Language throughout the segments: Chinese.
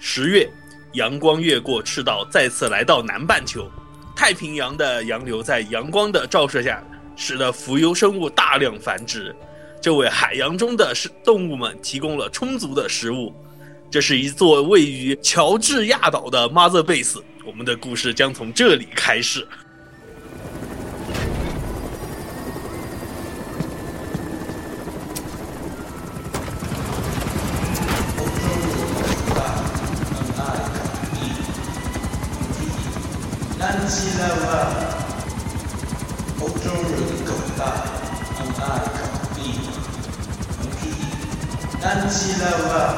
十月，阳光越过赤道，再次来到南半球。太平洋的洋流在阳光的照射下，使得浮游生物大量繁殖，这为海洋中的是动物们提供了充足的食物。这是一座位于乔治亚岛的 Mother Base，我们的故事将从这里开始。安吉拉万，欧洲人口大，很爱烤地，很注意。安吉拉万，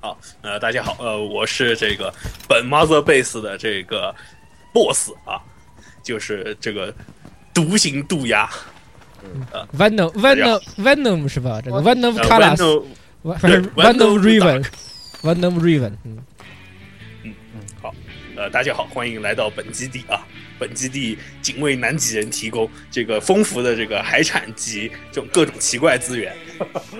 好，呃，大家好，呃，我是这个本 Mother Base 的这个 Boss 啊，就是这个独行渡鸦， Venom Venom Venom 是吧？这个 Venom 呃 Colors， ，Venom- 还是对，Venom Venom Raven，Venom Raven，嗯，呃，大家好，欢迎来到本基地啊！本基地仅为南极人提供这个丰富的这个海产及这种各种奇怪资源。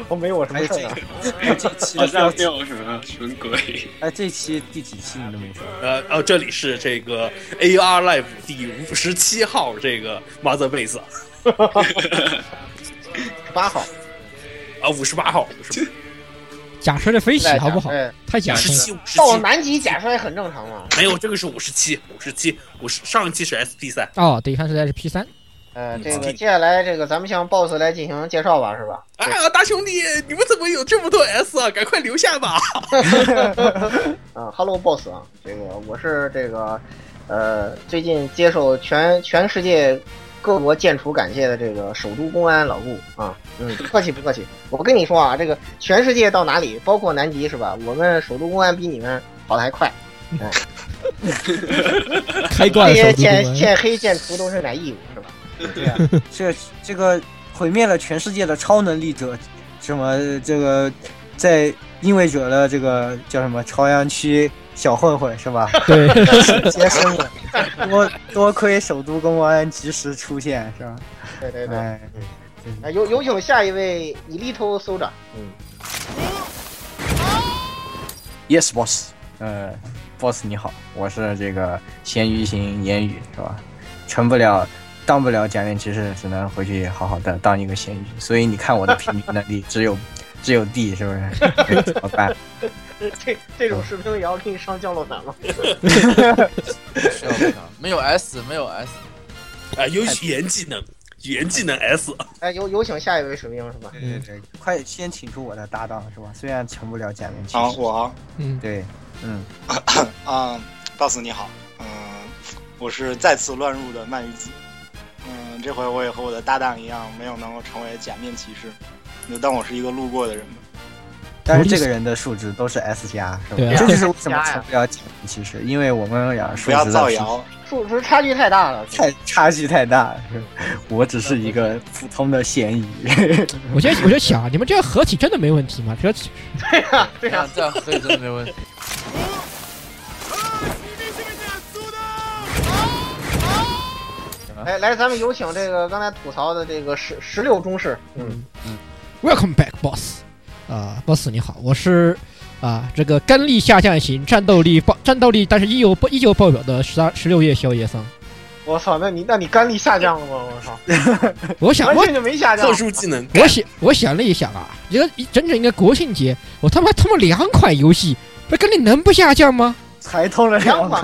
我没我什么哎，事这儿啊个， 哎，这期好哦像没有什么什么鬼， 哎，这期第几期你都没说，呃，哦，这里是这个 AR Live 第五十七号这个 Mother Base 啊八号啊，五十八号，五十假设的飞起来好不好？哎，太假五十设了，七，五十到了七，南极假设也很正常嘛。没有，这个是五十七，五十七，五十上一期是 SP 三，哦，对，看是在是 P 三，呃，嗯这好个接下来这个咱们向 BOSS 来进行介绍吧，是吧？哎呀，大兄弟，你们怎么有这么多 S 啊？赶快留下吧！啊，Hello Boss 啊，这个我是这个，呃，最近接受全全世界各国建厨感谢的这个首都公安老顾啊，嗯，不客气不客气。我跟你说啊，这个全世界到哪里，包括南极是吧？我们首都公安比你们跑得还快，开挂这的些哎建手机功能，建黑建厨都是乃义务是吧？这这个毁灭了全世界的超能力者，什么这个在因为惹了这个叫什么朝阳区小混混是吧？对， 接生了，多多亏首都公安及时出现是吧？对对嗯对，哎，啊，有有请下一位伊利头搜长， Yes, boss。呃，boss 你好，我是这个咸鱼型言语是吧？成不了，当不了假面骑士，只能回去好好的当一个咸鱼。所以你看我的平均能力只有 只有 D，是不 是？怎么办？这这种士兵也要给你上降落伞吗？需要非常没有 S，没有 S，啊，有语言技能，语言技能 S， 哎，有有请下一位士兵是吧？嗯对对，快先请出我的搭档是吧？虽然成不了假面骑士，好，我啊嗯，对，嗯，啊，boss 你好，嗯，我是再次乱入的鳗鱼姬，嗯，这回我也和我的搭档一样，没有能够成为假面骑士，你就当我是一个路过的人吧。但是这个人的数值都是 S 加是吧？对啊这就是为 什么成不了假面骑士，因为我们俩数不要值造的数谣，数值差距太大了，太差距太大了，是吧我只是一个普通的咸鱼。我现在我就想，啊你们这个合体真的没问题吗？合体对这呀、样这样可以真的没问题。来来，咱们有请这个刚才吐槽的这个十十六中士，嗯， ，Welcome back, boss，啊，boss 你好，我是啊这个干力下降型，战斗力爆战斗力，但是依旧不依旧爆表的十二十六叶宵夜桑，我操，那你那你干力下降了吗？我操，我想完我全就没下降特，殊技能，我想我想了一想啊，一个一整整一个国庆节，我他妈他妈两款游戏，这跟你能不下降吗？才通了两两款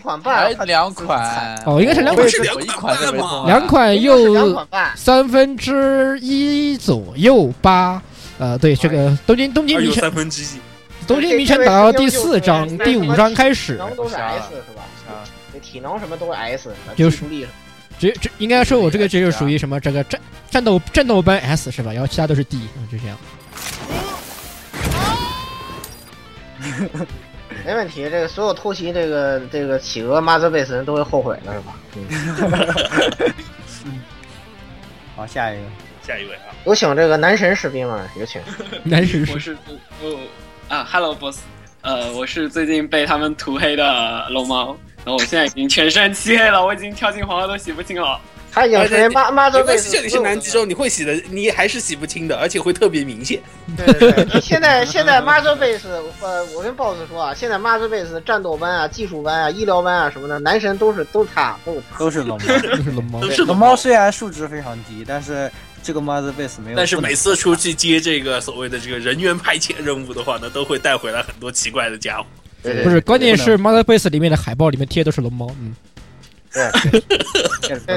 款，半，两款还半，两款哦应该是两款我一直我一款都没两碰啊，两款应该是两又款半，三分之一左右吧。呃，对，这个东京东京二迷有城哎三分之一。东京迷城打到第四章、第五章开始，能都是我瞎了 S 是吧？啊，这体能什么都是 S，是吧就是技术力什么只只应该说我这个只有属于什么这个战战斗战斗班 S 是吧？然后其他都是 D，嗯就这样。没问题。这个所有偷袭这个这个企鹅 Mother Base 人都会后悔的是吧？好，下一个，下一位啊，有请这个男神士兵啊，有请。男神是我是我我啊，Hello boss，呃，我是最近被他们涂黑的龙猫，然后我现在已经全身漆黑了，我已经跳进黄河都洗不清了。他已经而且是妈妈没都关系，这里是南极洲，你会洗的，你还是洗不清的，而且会特别明显。对对对，现在现在 Master Base，呃，我跟 BOSS 说啊，现在 Master Base 战斗班啊、技术班啊、医疗班啊什么的，男神都是都是他，都是都是龙 猫。就是龙猫都。是龙猫虽然数值非常低，但是这个 Mother Base 没有。但是每次出去接这个所谓的这个人员派遣任务的话呢，都会带回来很多奇怪的家伙。对不是，关键不是 Mother Base 里面的海报里面贴的都是龙猫，嗯，对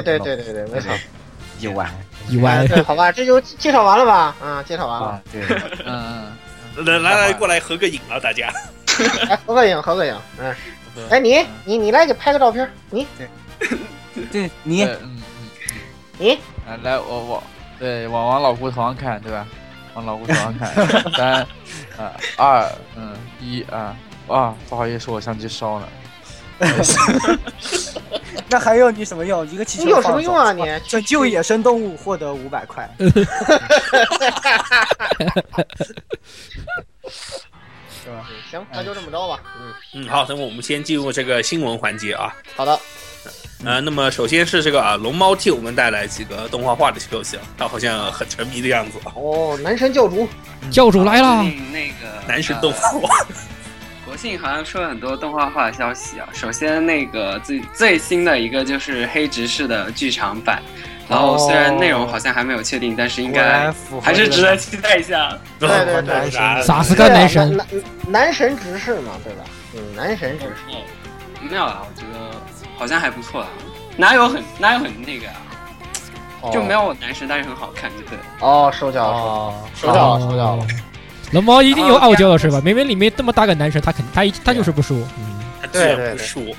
对对对对，没错。一万以外对，好吧，这就介绍完了吧？啊，介绍完了，啊，对，嗯， 来来来，过来合个影啊，大家。来合个影，合个影。嗯，哎，你你你来给拍个照片，你对你对嗯嗯你啊，来我我对往往老顾头上看，对吧？往老顾头上看，三，啊二，嗯一啊啊，不好意思，我相机烧了。那还用你什么用？一个气球你有什么放走用啊你？拯救野生动物获得五 百块，是吧？行，那就这么着吧。嗯，嗯，好，那么我们先进入这个新闻环节啊。好的。呃，那么首先是这个啊，龙猫替我们带来几个动画化的消息啊，他好像很沉迷的样子啊。哦，男神教主，教主来啦！啊最近那个呃男神动啊画化，国庆好像出了很多动画化的消息啊。首先，那个最最新的一个就是黑执事的剧场版，然后虽然内容好像还没有确定，但是应哦果然该符合还是这值得个期待一下。对对 对啥傻子对跟啊男神，男男神执事嘛，对吧？嗯，男神执事。没有啊，我觉得好像还不错啊，哪有很哪有很那个啊，哦就没有男神，但是很好看，就对了。哦，收掉了，哦，收掉了，收掉了。龙猫一定有傲娇的是吧？啊明明里面这么大个男神，他肯他一他就是不输。他居然不输，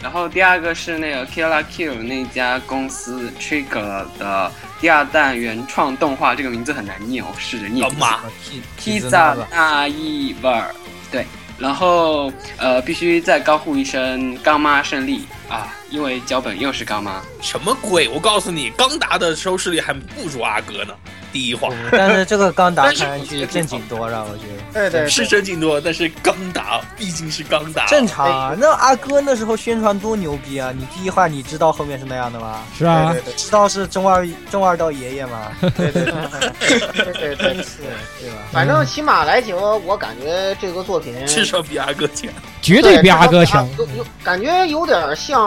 然后第二个是那个 Killa Kill 那家公司 Trigger 的第二弹原创动画，这个名字很难念，我试着念老一下。马披披披萨萨吧大意味儿，对。然后呃，必须再高呼一声“干妈胜利”啊，因为脚本又是干妈。什么鬼？我告诉你，刚达的收视率还不如阿哥呢。第一话但是这个刚打但看上是去正经多了，我觉对得对，是真进多，但是刚达毕竟是刚达，嗯正常啊。那阿哥那时候宣传多牛逼啊！你第一话你知道后面是那样的吗？是啊，对对知道是中二中二道爷爷吗？对对对对对对真。是对吧？反正起码来讲，我感觉这个作品至少比阿哥强。绝对比阿哥强。有有感觉有点像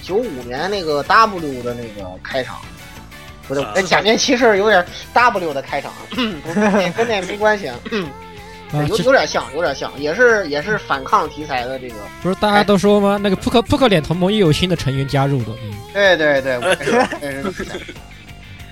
九五年那个 W 的那个开场，不对啊，那假面骑士有点 W 的开场，不跟跟那没关系，啊，啊，有这有点像，有点像，也是也是反抗题材的这个，不是大家都说吗？那个扑克扑克脸同盟又有新的成员加入了， 嗯，对对对，我 也是我也是这么想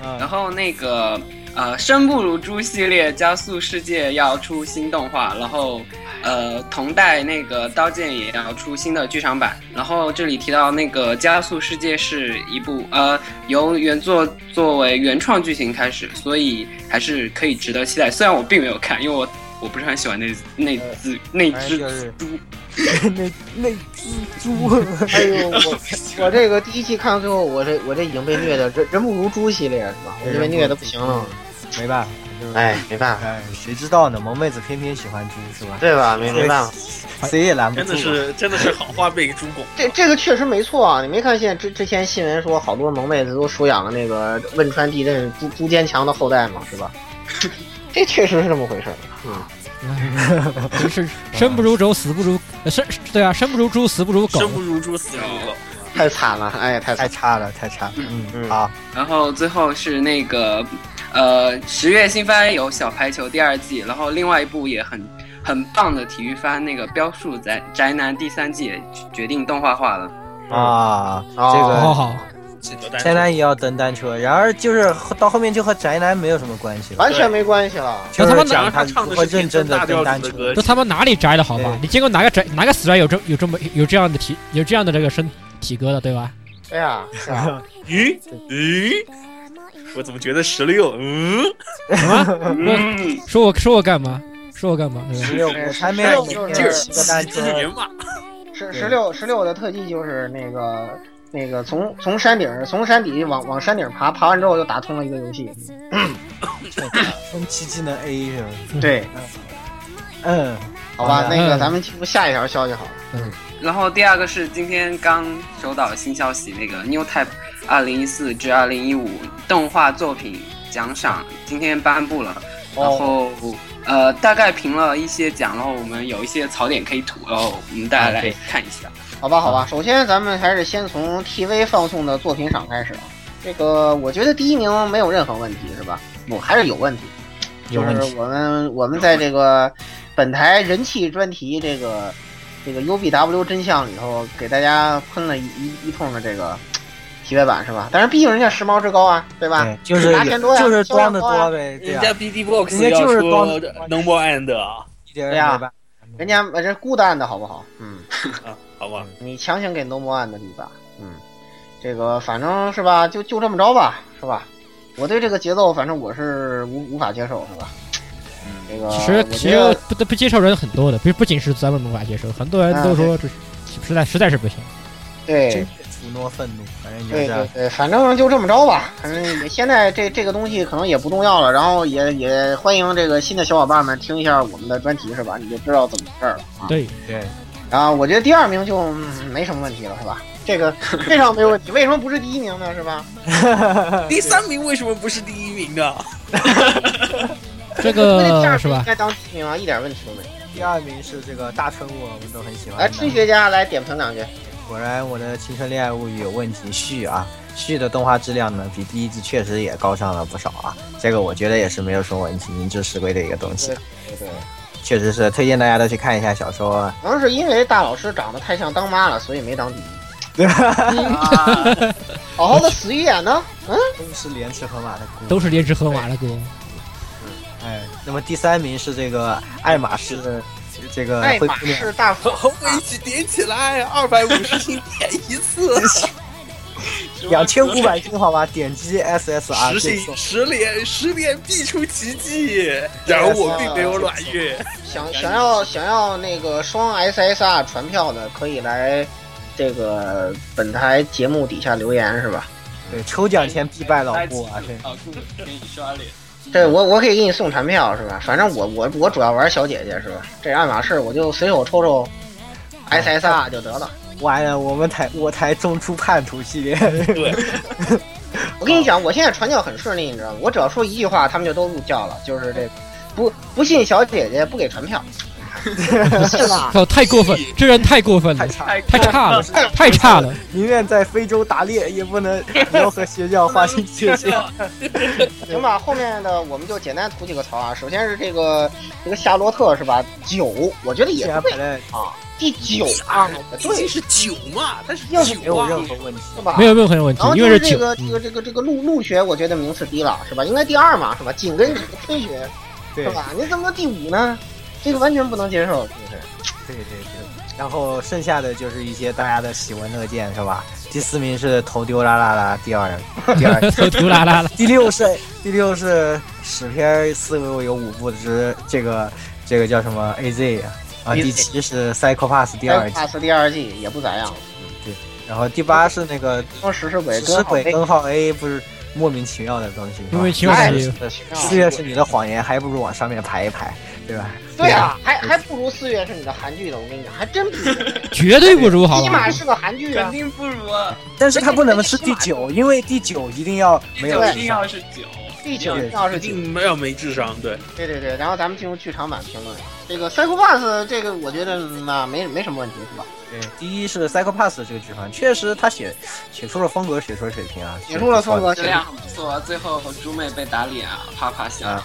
然嗯，后那个呃，生不如猪系列加速世界要出新动画，然后呃，同代那个刀剑也要出新的剧场版。然后这里提到那个加速世界是一部呃由原作作为原创剧情开始，所以还是可以值得期待。虽然我并没有看，因为我我不是很喜欢那那只那反正只呃就是猪。那 那只猪。哎呦，我我这个第一季看到最后，我这我这已经被虐的人人不如猪系列是吧？我这被虐的不行了，没办法，就是哎，，没办法，哎，谁知道呢？萌妹子偏偏喜欢猪是吧？对吧？没没办法。谁也拦不真住。啊的是真的是好话被猪拱。这这个确实没错啊！你没看现在之之前新闻说，好多萌妹子都收养了那个汶川地震朱朱坚强的后代嘛，是吧？ 这确实是这么回事儿。哎真是生不如狗，死不如呃生对啊，生不如猪，死不如狗。生不如猪，死不如狗。太惨了，哎，太惨太了。差了，太差了。嗯，啊好，然后最后是那个，呃，十月新番有《小排球》第二季，然后另外一部也很很棒的体育番，那个《标树宅宅男》第三季也决定动画化了。啊，这哦好个好，宅男也要登单车，然而就是到后面就和宅男没有什么关系了，完全没关系了。就那他是们讲哪如何认真的登他单唱的车是。这他妈哪里宅的好吧对？你见过哪个宅哪个死宅有这有这么有这样的体有这样的这个身体格的对吧？对呀、是啊，咦咦，我怎么觉得十六？嗯，啊？ 嗯，说我说我干嘛？说我干嘛？对吧十六，我才没有每哎天骑个单这是车人。马。十对十六十六的特技就是那个那个从从山顶儿从山底往往山顶儿爬，爬完之后就打通 了一个游戏。充气技能 A 是吧？对，嗯，好吧，好的那个嗯咱们进入下一条消息好了。然后第二个是今天刚收到的新消息，那个 New Type 二零一四至二零一五动画作品奖赏今天颁布了，哦然后、呃大概评了一些奖，然后我们有一些槽点可以吐，然后我们大家啊来对看一下。好吧，啊好吧，首先咱们还是先从 TV 放送的作品赏开始啊。这个我觉得第一名没有任何问题，是吧？我还是有问题，有问就题是我们我们在这个本台人气专题这个这个 UBW 真相里头，给大家喷了一一一通的这个 TV 版是吧？但是毕竟人家时髦之高啊，对吧？对，就是拿钱多有呀就是装的销量高多呗，对啊人呀家，BD Box 人家要就是出光着 No More End 啊，一点对呀也没办法人家呃这孤单的好不好？嗯。啊，好吧，你强行给 No More 按的例吧，嗯，这个反正是吧，就就这么着吧，是吧？我对这个节奏，反正我是无无法接受，是吧？嗯，这个其实我觉其实得不得不接受人很多的，不不仅是咱们无法接受，很多人都说这实在实在是不行。真对的触怒愤怒，反正你对这样对，对，反正就这么着吧。反正也现在这这个东西可能也不重要了，然后也也欢迎这个新的小伙伴们听一下我们的专题，是吧？你就知道怎么回事儿了啊。对，对，然后我觉得第二名就、嗯没什么问题了，是吧？这 个非常没有问题，为什么不是第一名呢？是吧？ 第三名为什么不是第一名啊？我觉得第二这个名呃是吧应？该当第一名啊，一点问题都没有。第二名是这个大春物，我们都很喜欢来，的。春学家来点评两句。果然我的《青春恋爱物语》有问题续啊，续的动画质量呢，比第一季确实也高上了不少啊。这个我觉得也是没有什么问题，名至实归的一个东西，对对，确实是推荐大家都去看一下小说。啊可能是因为大老师长得太像当妈了，所以没当第一。好好的死鱼眼呢？都是莲池河马的故事。都是劣质河马的歌，哎，那么第三名是这个爱马仕的这个爱灰马姑娘，仕大夫和我一起点起来，二百五十星点一次，两千五百斤好吧，点击 SSR 十赠星送。十连十连必出奇 迹。然而我并没有软 月，想想要想要那个双 SSR 传票的，可以来这个本台节目底下留言，是吧？对，抽奖前必败老顾啊，这老顾给你刷脸。这我我可以给你送传票，是吧？反正我我我主要玩小姐姐，是吧？这爱马仕我就随手抽抽 SSR 就得了。完了，我们台我台中出叛徒系 列，对，我跟你讲，我现在传教很顺利，你知道吗？我只要说一句话，他们就都入教了，就是这个不不信小姐姐不给 传票，不信啦。哦，太过分，这人太过分了太，差了。太太差了，太差了。 宁愿在非洲打猎，也不能联合邪教划清界限。行吧，后面的我们就简单吐几个槽啊。首先是这个这个夏洛特是吧？九，我觉得竟 也然对排在啊，第九啊，毕对竟是九嘛，但是要没有啊任，何问题。是吧没？有任何问题然后，因就为是是这九，个这个这个这个陆陆学，我觉得名次低了是吧？应该第二嘛是吧？紧跟这个春学对是吧？你怎么第五呢？这个完全不能接受，是不是？对对对。然后剩下的就是一些大家的喜闻乐见，是吧？第四名是头丢啦啦啦，第二第二，，头秃啦啦啦第六是第六是史片四维有五部之这个这个叫什么 AZ 啊？啊，第七是 Psycho Pass 第二季，帕斯第二季也不咋样，然后第八是那个说食尸鬼哎食跟尸好鬼飞根号 A 不是莫名其妙的东西，因为是吧其实哎也四月是你的谎言，还不如往上面排一排，对吧？对啊，还还不如四月是你的韩剧呢，我跟你讲，还真不如，绝对不如好起吧码？是个韩剧 肯啊。定不如啊，但是它不能是第九，因为第九一定要没有一智定商要是九。第九要是一第九，定要没智商，对，对对对，然后咱们进入剧场版评论。这个《Psycho Pass》这个我觉得那没没什么问题是吧？对，第一是 Psycho Pass 这个剧团，确实他写写出了风格，写出了水平啊，写出了风格，质量很不错，最后猪妹被打脸啊，啪啪响。啊，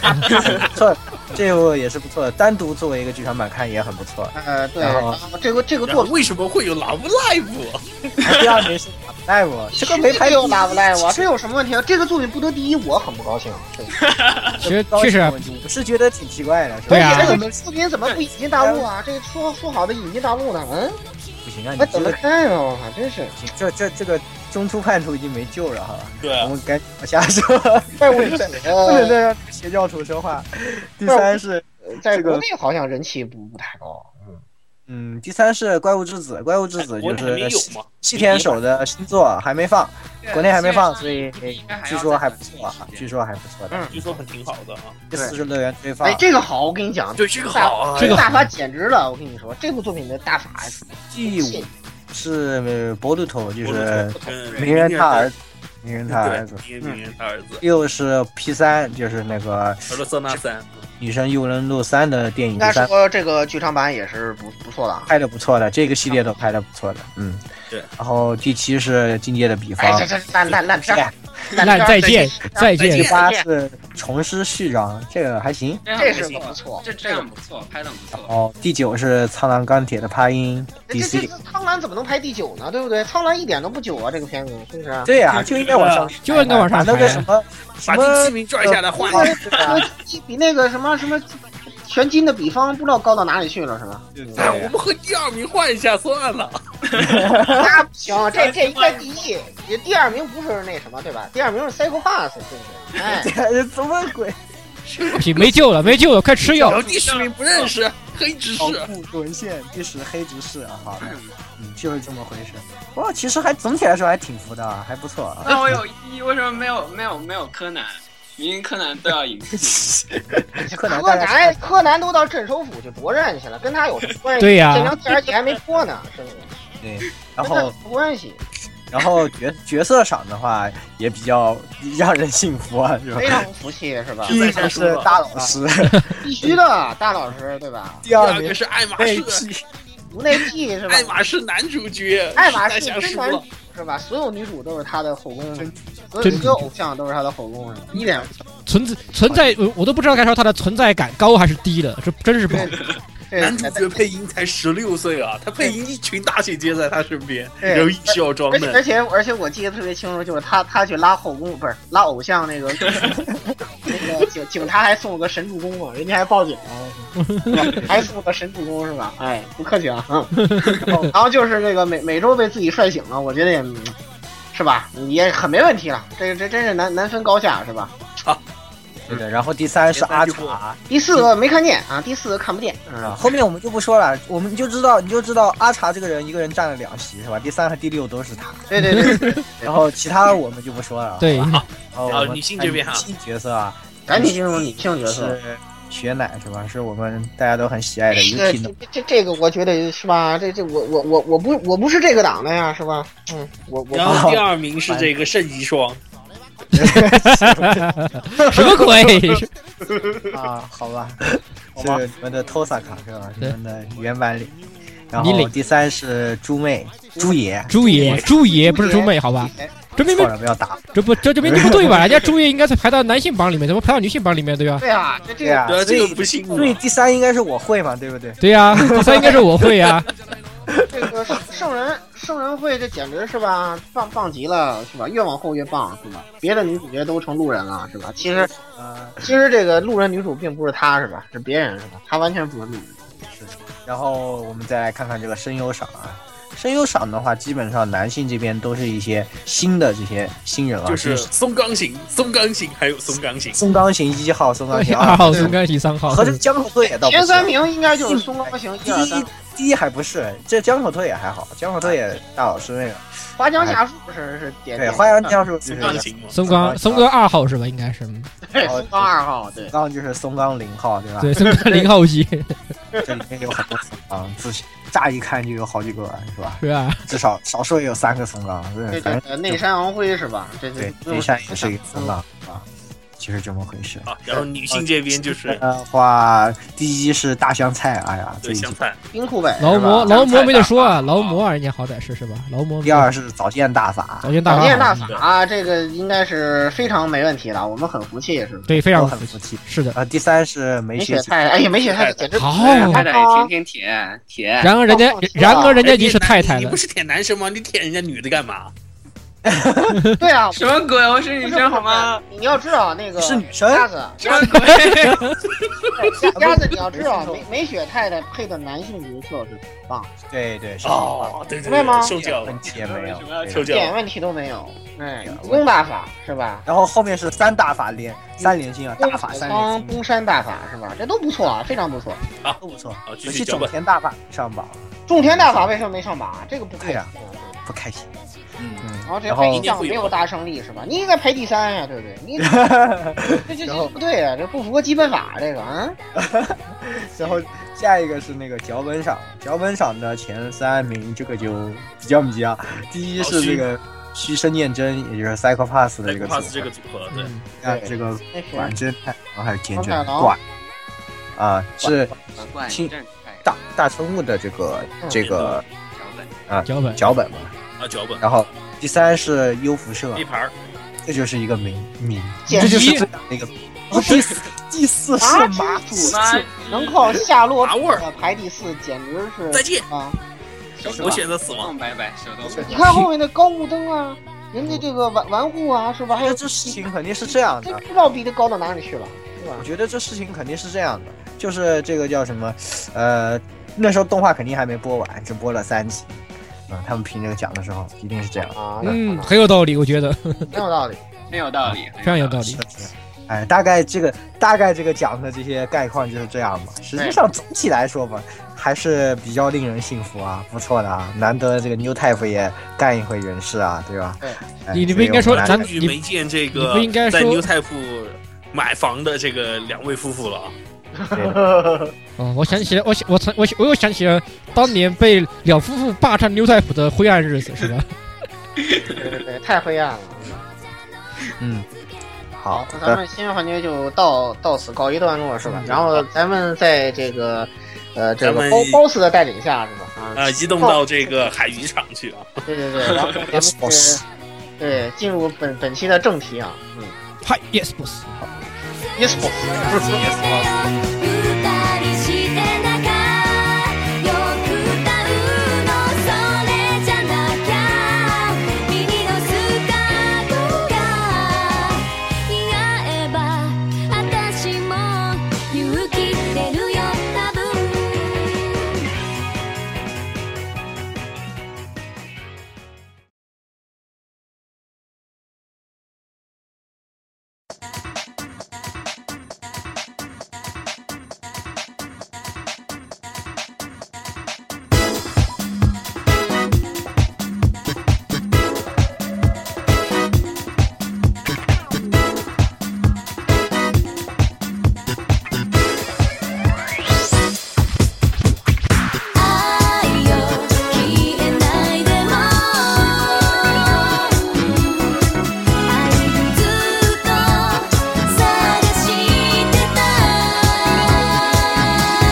不错，这部也是不错的，单独作为一个剧场版看也很不 错。呃对，然后然后这个这个然后作品为什么会有 Love Live？第二名是 Live，这个没绝排对有第一 l o v 来我这有什么问题啊？这个作品不得第一，我很不高兴。对其实高确实兴问题，我是觉得挺奇怪的，是吧？对啊而且这个作品怎么不引进大陆哎啊？这说说好的引进大陆呢？嗯，不行啊，你我这怎么个看啊？我靠，真是。这这这个中途叛徒已经没救了哈。 对啊我们赶紧往下说，怪物之死， 不能再让这个邪教徒说话。第三是在国内好像人气不不太高。嗯，第三是《怪物之子》，《怪物之子哎》国就内还没是有细 吗？细田守的新作，还没放，国内还没放，所以应该还据要说再还等不一错啊段时，间据说还不错的。据说很挺好的啊。第对四是乐园追放哎，，这个好，哎我跟你讲，对，这个好啊，这个大法简直了！我跟你说，这部作品的大法第五是呃《博鲁头》，就就是跟鸣人他儿子，鸣人他儿子。对，鸣人他儿子，又是 P 三，就是那个俄罗斯那三，女生异闻录三的电影应第该三说这个剧场版也是不不错的啊。拍的不错的，这个系列都拍的不错的，嗯，对。然后第七是《境界的比方哎，》这，这是烂烂烂片儿，那片儿再见，再再见见。八是《重师序章》，这个还行。这这是样不不错，错，这这样不错，拍的不然错。后第九是《苍狼钢铁》的帕音这这这 DC，苍兰怎么能排第九呢？对不对？苍兰一点都不久啊，这个片子是不是？对呀、就应该往上，啊就应该往上把那抬个什么什把么第七名拽下来换一个。啊比那个什么什么全金的比方不知道高到哪里去了，是 吧？ 对 哎，啊我们和第二名换一下算了。那不行，这这应该第一，也第二名不是那什么，对吧？第二名是 Psycho Pass，对不对？哎， 对，什么鬼？不行，没救了，没救了，快吃然药后！第十名不认识，黑执保事。护沦陷，第十黑执事啊，好的，嗯，就是这么回事。不过其实还总体来说还挺服的啊，还不错啊。那我有一，为什么没有没有没有柯南？明明柯南都 要赢。柯南柯大概南柯南都到镇守府去夺人去了，跟他有什么关系？对呀这条第二季还没播呢，是不是？对，然跟他有 后什么关系？然后角角色上的话也比较让人信服啊，是吧哎非？常不服气是吧？第一个是大老师，必须的，大老师对吧？第啊第二二个名是是爱马内仕，替，无内替是吧爱？马仕男主角。 爱马实在仕想真输男了主，是吧？所有女主都是他的后宫，真所有真所有偶像都是他的后宫，是吧一点存在存在，我我都不知道该说它的存在感高还是低了，这真是不好对。这男主角配音才十六岁啊，他配音一群大姐姐在他身边，对然后一笑装而且而嫩。且而且我记得特别清楚，就是他他去拉后宫，不是拉偶像那个 那个警警察还送了个神助攻嘛，人家还报警了，是吧还送了个神助攻是吧？哎，不客气啊。嗯然后然后就是那个每每周被自己帅醒了，我觉得也嗯是吧，也很没问题了。这个这真是难难分高下是吧？对的。然后第三是阿茶，第四个没看见啊，第四个看不见，啊嗯，后面我们就不说了，我们就知道你就知道阿茶这个人一个人占了两席是吧？第三和第六都是他，对对对，然后其他我们就不说了。，啊对，然后我啊们女性这边啊看女性角色啊，赶紧进入女性角色。是雪乃是吧？是我们大家都很喜爱的这个 Yuki 这呢。这这个我觉得是吧？这这我我我我不我不是这个党的呀，是吧？嗯，我我然后第二名是这个圣遗霜，什么鬼？啊，好吧，好是吧你们的 Tosaka 是吧？你对们的原版里。然你后领第三是猪妹猪爷，猪爷，猪爷不是猪妹，好吧？这明错明了不要打。这不这这明明不对吧？人家猪爷应该是排到男性榜里面，怎么排到女性榜里面，对吧？对啊，这这对啊对啊，个所以这个不幸所以福。第三应该是我会嘛，对不对？对呀、第三应该是我会呀、这个圣人圣人会这简直是吧，棒棒极了是吧？越往后越棒是吧？别的女主角都成路人了是吧？其实呃，其实这个路人女主并不是她是吧？是别人是吧？她完全不是路人。然后我们再来看看这个声优赏啊。声优赏的话，基本上男性这边都是一些新的这些新人啊，就是松冈行、松冈行还有松冈行，松冈行一号、松冈行二号号、松冈喜三号，和这江口拓也倒不前是。哎三名应该就是松冈行一第二三一，第一还不是，这江口拓也还好，江口拓也大老师那个，花江夏树是是点哎对，点嗯花样教授就松是冈行嘛。松冈松冈二号是吧？应该是，嗯对松冈二号对。刚刚就是松冈零号，对吧？对，松冈零号机这里面有很多松冈，自乍一看就有好几个，是吧？是吧？至少少说也有三个松冈，对对对，嗯反对，正内山昂辉是吧？这嗯对这内山也是一个松冈啊，就是这么回事。啊，然后女性这边就是的话，第一是大香菜，哎呀，对最近相。反，冰库北劳是吧模劳模没得说啊，劳模啊人家好歹是是吧？劳模第二是早见大法，早见大保健大法法啊，这个应该是非常没问题了，我们很服气，是吧？对，非都常很服气。是的。啊，第三是梅没雪雪，菜，哎呀，没雪菜简直好啊拍的也哦天天铁铁，然而人家，然而人家已经是太太哦哎你了不，是舔男生吗？你舔人家女的干嘛？对啊，什么鬼？我是女不是生好吗？？你要知道那个是女生鸭子，什么 鬼？鸭子，你要知道美美雪太太配的男性角色是很棒，对对是哦，对对对吗对，嗯受教了问，题也没有为什么要，对受一教点了。问题都没有。哎对啊，攻大法是吧？然后后面是三大法连嗯三连星啊，大法三连方星东山大法是吧？这都不错啊，非常不错。都不错，好，继尤续其脚种本。田大法上榜种田大法为什么没上榜啊？这个不对啊啊。不 开心，嗯，然后这然排后第项没有达成力是吧？你应该排第三呀、对 不对？你这这然这后不对呀、这不符合基本法这个啊。然后下一个是那个脚本赏，脚本赏的前三名，这个就比较迷啊。第一是这个虚生念真，也就是 psychopath 的再这个个 pass 组这合个，组合，对，嗯啊，这个那是管侦探，然后还有监侦管太郎管啊，是怪亲正太大大春物的这个嗯这个小本脚本脚本嘛。啊，脚本然后第三是优辐射一，盘儿，这就是一个名名，简这就是直最大的一个。哦然后第四 第四是啊马主妈次，能靠夏洛拿味儿特排第四，简直是再见，啊！手我动选择死亡。动嗯拜拜，手动拜拜你看后面的高雾灯啊，人家这个玩玩户啊，是吧？还哎有呀，这事情肯定是这样这的不。知道比他高到哪里去了，是吧我？觉得这事情肯定是这样的，就是这个叫什么，呃，那时候动画肯定还没播完，只播了三集。啊、他们评这个奖的时候一定是这样。啊，那嗯，很有道理，我觉得很有道理。很有道理，非常有道理是。的，是的。哎，大概这个大概这个奖的这些概况就是这样吧。实际上总体来说吧，还是比较令人信服啊，不错的啊，难得这个 New Type 也干一回人事啊，对吧？对哎你你不应该说所以我们咱终于没见这个你不应该说在 New Type 买房的这个两位夫妇了啊！哦，我想起来，我想我曾我我又想起了当年被两夫妇霸占牛太府的灰暗日子，是吧？对对对，太灰暗了。嗯，好那咱的，们新环节就到到此告一段落是吧？嗯然后咱们在这个呃这咱个们包包斯的带领下是吧？啊，啊，移动到这个海渔场去啊！对对对，然后咱们是，对进入本本期的正题啊，嗯嗨，yes boss。 ，yes boss。 「愛を消えないでも」「愛をずっと探してた」「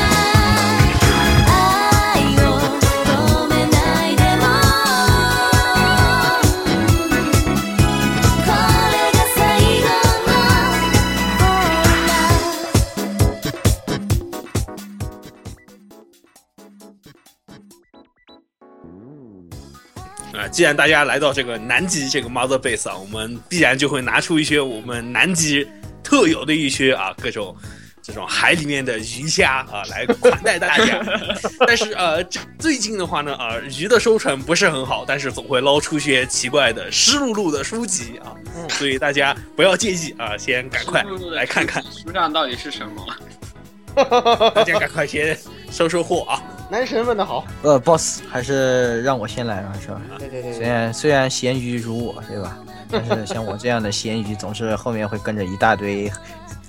愛を止めないでも」「これが最後のほら」啊，既然大家来到这个南极这个 Mother Base 啊，我们必然就会拿出一些我们南极特有的一些啊各种这种海里面的鱼虾啊来款待大家。 但是呃，这最近的话呢，啊鱼的收成不是很好，但是总会捞出些奇怪的湿漉漉的书籍啊，嗯所以大家不要介意啊，先赶快来看看，署长到底是什么？嗯大家赶快先收收货啊。男神问的好，呃，boss 还是让我先来吧，是吧？对对对虽对，然虽然咸鱼如我，对吧？但是像我这样的咸鱼，总是后面会跟着一大堆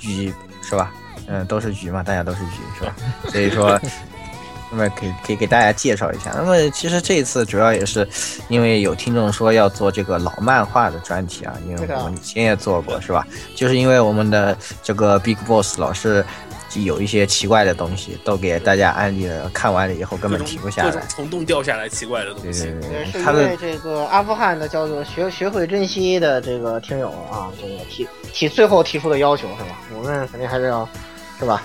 鱼，是吧？嗯，都是鱼嘛，大家都是鱼，是 吧？所以说，那么可以可以给大家介绍一下。那么其实这一次主要也是因为有听众说要做这个老漫画的专题啊，因为对的我们以前也做过，是吧？就是因为我们的这个 Big Boss 老是有一些奇怪的东西，都给大家安利了，看完了以后根各本种停不下各种来。虫洞掉下来奇怪的东对西对，对是对，他因的为这个阿富汗的叫做学学会珍惜的这个听友啊，这个提提最后提出的要求是吧？我们肯定还是要是吧？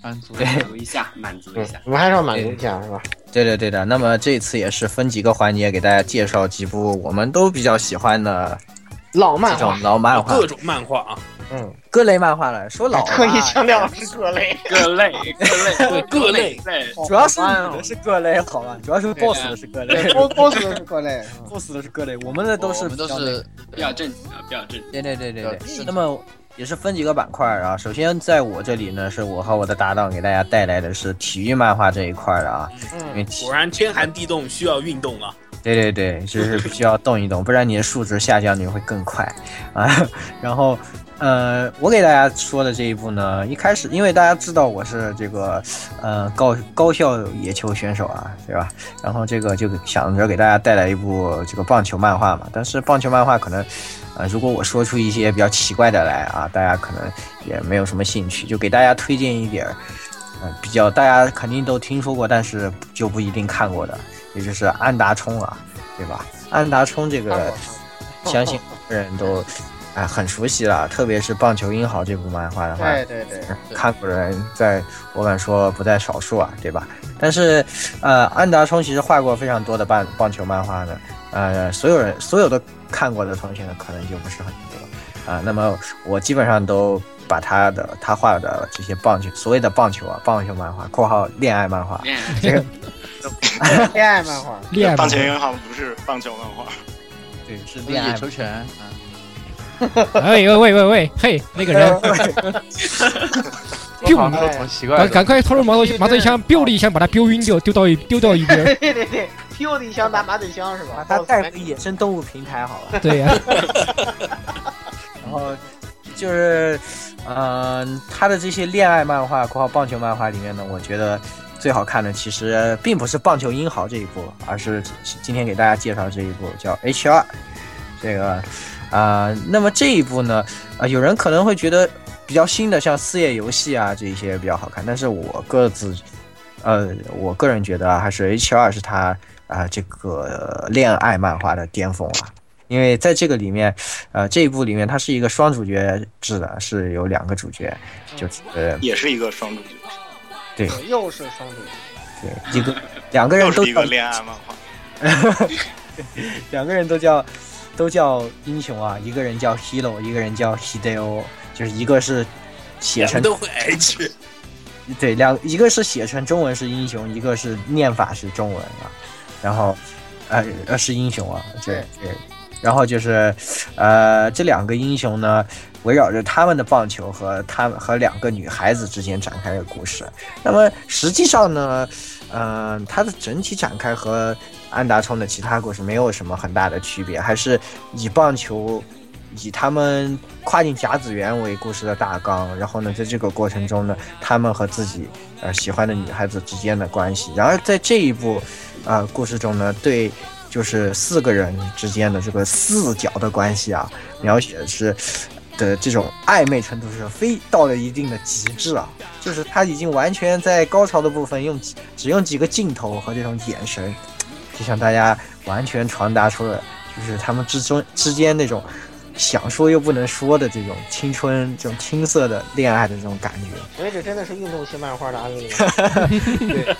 满足。对 满足一下，满足一下。嗯我们还是要满足一下，是吧？对的，对的。那么这次也是分几个环节给大家介绍几部我们都比较喜欢的老这漫种画，老漫画各，种漫画啊，嗯，各类漫画了。说老吧特意强调是各类。各类，各类，对 各类类。主要是你的是各类，好吧？主要是 boss 的是各类对，波波斯是各类， ，boss 的是各类，哦我们的都是我们都比较那个是不要正经啊，不要正经。对对对对对对是，的那么也是分几个板块儿啊。首先，在我这里呢，是我和我的搭档给大家带来的是体育漫画这一块儿的啊，因为嗯，体果然天寒地冻需要运动啊。对对对，就是必须要动一动，不然你的数值下降你会更快啊。 然后，呃，我给大家说的这一部呢，一开始因为大家知道我是这个呃高高校野球选手啊，对吧？然后这个就想着给大家带来一部这个棒球漫画嘛。但是棒球漫画可能，呃，如果我说出一些比较奇怪的来啊，大家可能也没有什么兴趣，就给大家推荐一点儿，呃，比较大家肯定都听说过，但是就不一定看过的。也就是安达充啊，对吧？安达充这个，相 信很多人都哎很熟悉了，特别是《棒球英豪》这部漫画的话，对对对，看过的人在我敢说不在少数啊，对吧？但是，呃，安达充其实画过非常多的棒棒球漫画的，呃，所有人所有的看过的同学呢，可能就不是很多啊、那么我基本上都把他的他画的这些棒球所谓的棒球啊，棒球漫画（括号恋爱漫画恋爱恋爱漫画，恋爱棒球银行不是棒球漫画，），对，是是恋爱野球拳，嗯哎喂喂喂 喂，嘿，那个人哎哎我好像说什么奇怪赶的，赶快掏出麻醉麻醉枪，biu 了一枪，把他 biu 晕掉，丢到一丢到一啊边。对对对，PU 的一枪打马嘴枪是吧？把它啊带回野生动物平台好了。对呀， 然后就是，嗯、他的这些恋爱漫画（括号棒球漫画）里面呢，我觉得最好看的其实并不是《棒球英豪》这一部，而是今天给大家介绍这一部叫《HR》这个啊、那么这一部呢，啊、有人可能会觉得比较新的，像四叶游戏啊这一些比较好看，但是我个子，呃，我个人觉得啊，还是 HR 是他啊、这个恋爱漫画的巅峰啊。因为在这个里面，呃，这一部里面它是一个双主角制的，是有两个主角，就是也是一个双主角，又是双主，对一个两个人又都是一个恋爱漫画。 两个人都叫都叫英雄啊，一个人叫 Hero，一个人叫 Hideo，就是一个是写两个成都会哎 H，对，两一个是写成中文是英雄，一个是念法是中文啊，然后，呃呃是英雄啊，对对，然后就是，呃这两个英雄呢，围绕着他们的棒球和他们和两个女孩子之间展开的故事。那么实际上呢，嗯、它的整体展开和安达充的其他故事没有什么很大的区别，还是以棒球。以他们跨进甲子园为故事的大纲，然后呢，在这个过程中呢，他们和自己呃喜欢的女孩子之间的关系。然而在这一部呃故事中呢，对就是四个人之间的这个四角的关系啊，描写的是的这种暧昧程度是非到了一定的极致啊，就是他已经完全在高潮的部分用几只用几个镜头和这种眼神，就向大家完全传达出了就是他们之中之间那种。想说又不能说的这种青春、这种青涩的恋爱的这种感觉，所以这真的是运动系漫画的案例吗？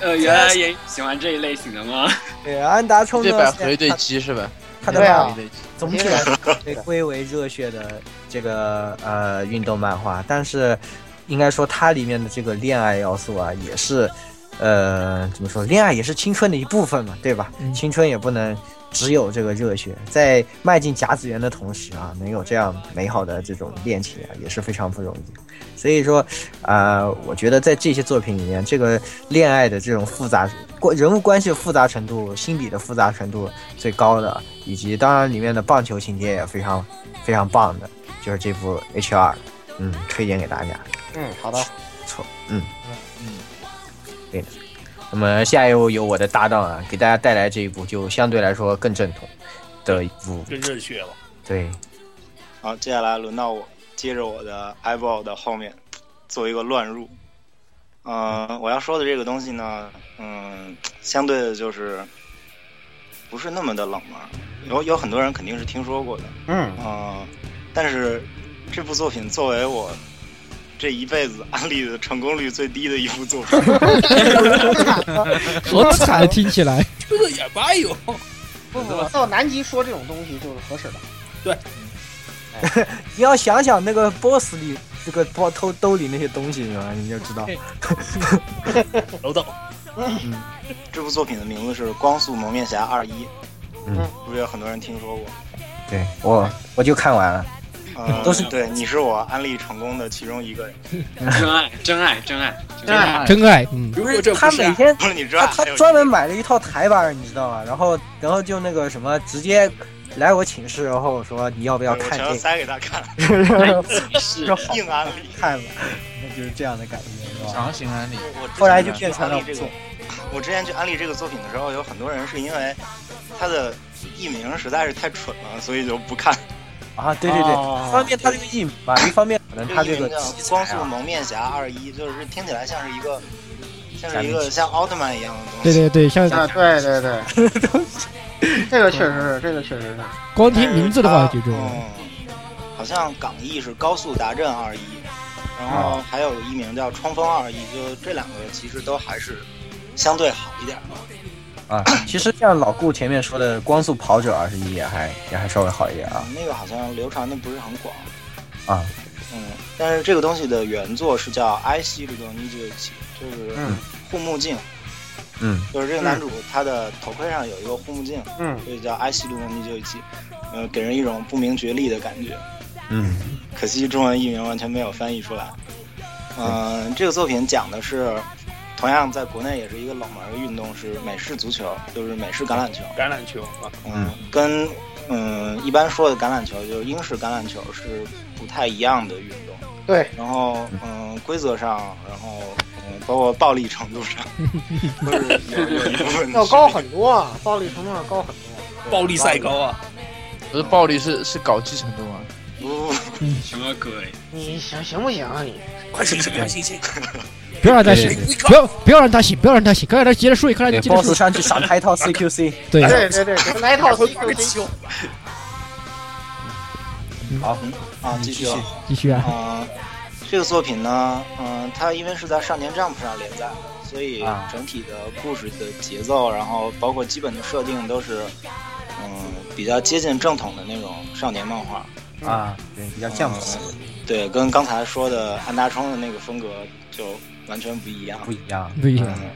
呃，原来也喜欢这一类型的 吗？对，安达充这呢，百合一对鸡是吧？他的对啊漫一对鸡，总体来说被归为热血的这个呃运动漫画，但是应该说它里面的这个恋爱要素啊，也是呃怎么说，恋爱也是青春的一部分嘛，对吧？嗯青春也不能只有这个热血，在迈进甲子园的同时啊，能有这样美好的这种恋情啊，也是非常不容易。所以说，呃，我觉得在这些作品里面，这个恋爱的这种复杂关人物关系的复杂程度、心理的复杂程度最高的，以及当然里面的棒球情节也非常非常棒的，就是这部 HR，嗯，推荐给大家，嗯，好的，不错，嗯嗯，对的。那么下一部由我的搭档啊，给大家带来这一部就相对来说更正统的一部，更热血了。对，好，接下来轮到我，接着我的 eyeball 的后面做一个乱入。呃，我要说的这个东西呢，嗯，相对的就是不是那么的冷门，有有很多人肯定是听说过的，呃嗯嗯，但是这部作品作为我这一辈子安利的成功率最低的一部作品。 好惨，听起来。这个也罢哟。不不，到南极说这种东西就是合适的。你要想想那个 boss 里这个包偷兜里那些东西是吧？你就知道。楼道这部作品的名字是《光速蒙面侠二一》，嗯是不是有很多人听说过？对我我就看完了，呃，都是对，你是我安利成功的其中一个人。真爱，真爱，真爱，真爱真爱，嗯，如果这不他是每啊天不是你知他道，他还有一专门买了一套台板，你知道吗？然后然后就那个什么，直接来我寝室，然后说你要不对要我看全都这个？塞给他看，是说好硬安利。看吧，那 就是这样的感觉，是吧？强行安利，我之前后来就变成了安利这不个错。我之前去安利这个作品的时候，有很多人是因为他的译名实在是太蠢了，所以就不看。啊，对对对，哦一方面他这个硬吧，一方面可能他这这个个译名叫题《材光速啊蒙面侠二一》，就是听起来像是一个像是一个像奥特曼一样的东对西。对对， 像啊，对对对，这个确实是，这个确实是。光听名字的话就这哎种。嗯，好像港译是《高速达阵二一》，然哦后还有一名叫《冲锋二一》，就这两个其实都还是相对好一点的。啊，其实像老顾前面说的《光速跑者二十一》也还也还稍微好一点啊那个好像流传的不是很广。啊，嗯，但是这个东西的原作是叫《埃希鲁多尼就就是嗯护目镜，嗯就是这个男主他的头盔上有一个护目镜，嗯，所以叫埃希鲁多尼就一起，呃，给人一种不明觉厉的感觉。嗯可惜中文译名完全没有翻译出来。嗯、这个作品讲的是，同样在国内也是一个冷门的运动，是美式足球，就是美式橄榄球。橄榄球啊，嗯，跟嗯一般说的橄榄球，就是英式橄榄球是不太一样的运动。对，然后嗯，规则上，然后嗯，包括暴力程度 上，都是有有一部分要高很多，啊，暴力程度要高很多。暴力赛高啊，不是暴力是是搞基程度吗？不不什么鬼？你行行不行啊你？快醒醒，快醒醒！不要让他醒对对，不要不要让他醒，不要让他醒，可以让他接着睡，可以对让他接着，BOSS 睡。上去傻开一 套 CQC，对，对对对，给他来一套 CQC。好，不啊，继续啊。继续啊，嗯，这个作品呢，嗯、它因为是在《少年 Jump》上连载，所以啊整体的故事的节奏，然后包括基本的设定都是，嗯，比较接近正统的那种少年漫画。啊，对，比较嗯降级对，跟刚才说的安达充的那个风格就完全不一样。不一样，不一样。嗯，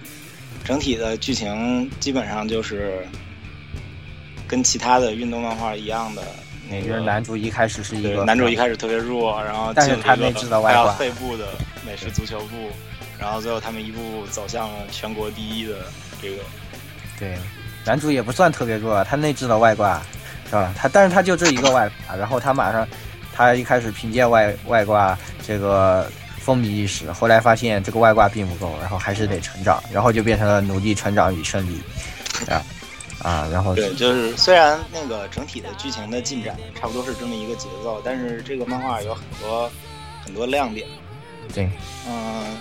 整体的剧情基本上就是跟其他的运动漫画一样的那就个是男主一开始是一对，个男主一开始特别弱，然后但是进他了一内置个的外快要挂废部的美式足球部，然后最后他们一步步走向了全国第一的这个。对，男主也不算特别弱，啊他内置了外挂，是吧？他但是他就这一个外挂，然后他马上，他一开始凭借外外挂这个风靡一时，后来发现这个外挂并不够，然后还是得成长，然后就变成了努力成长与胜利，啊啊，然后对，就是虽然那个整体的剧情的进展差不多是这么一个节奏，但是这个漫画有很多很多亮点。对，嗯，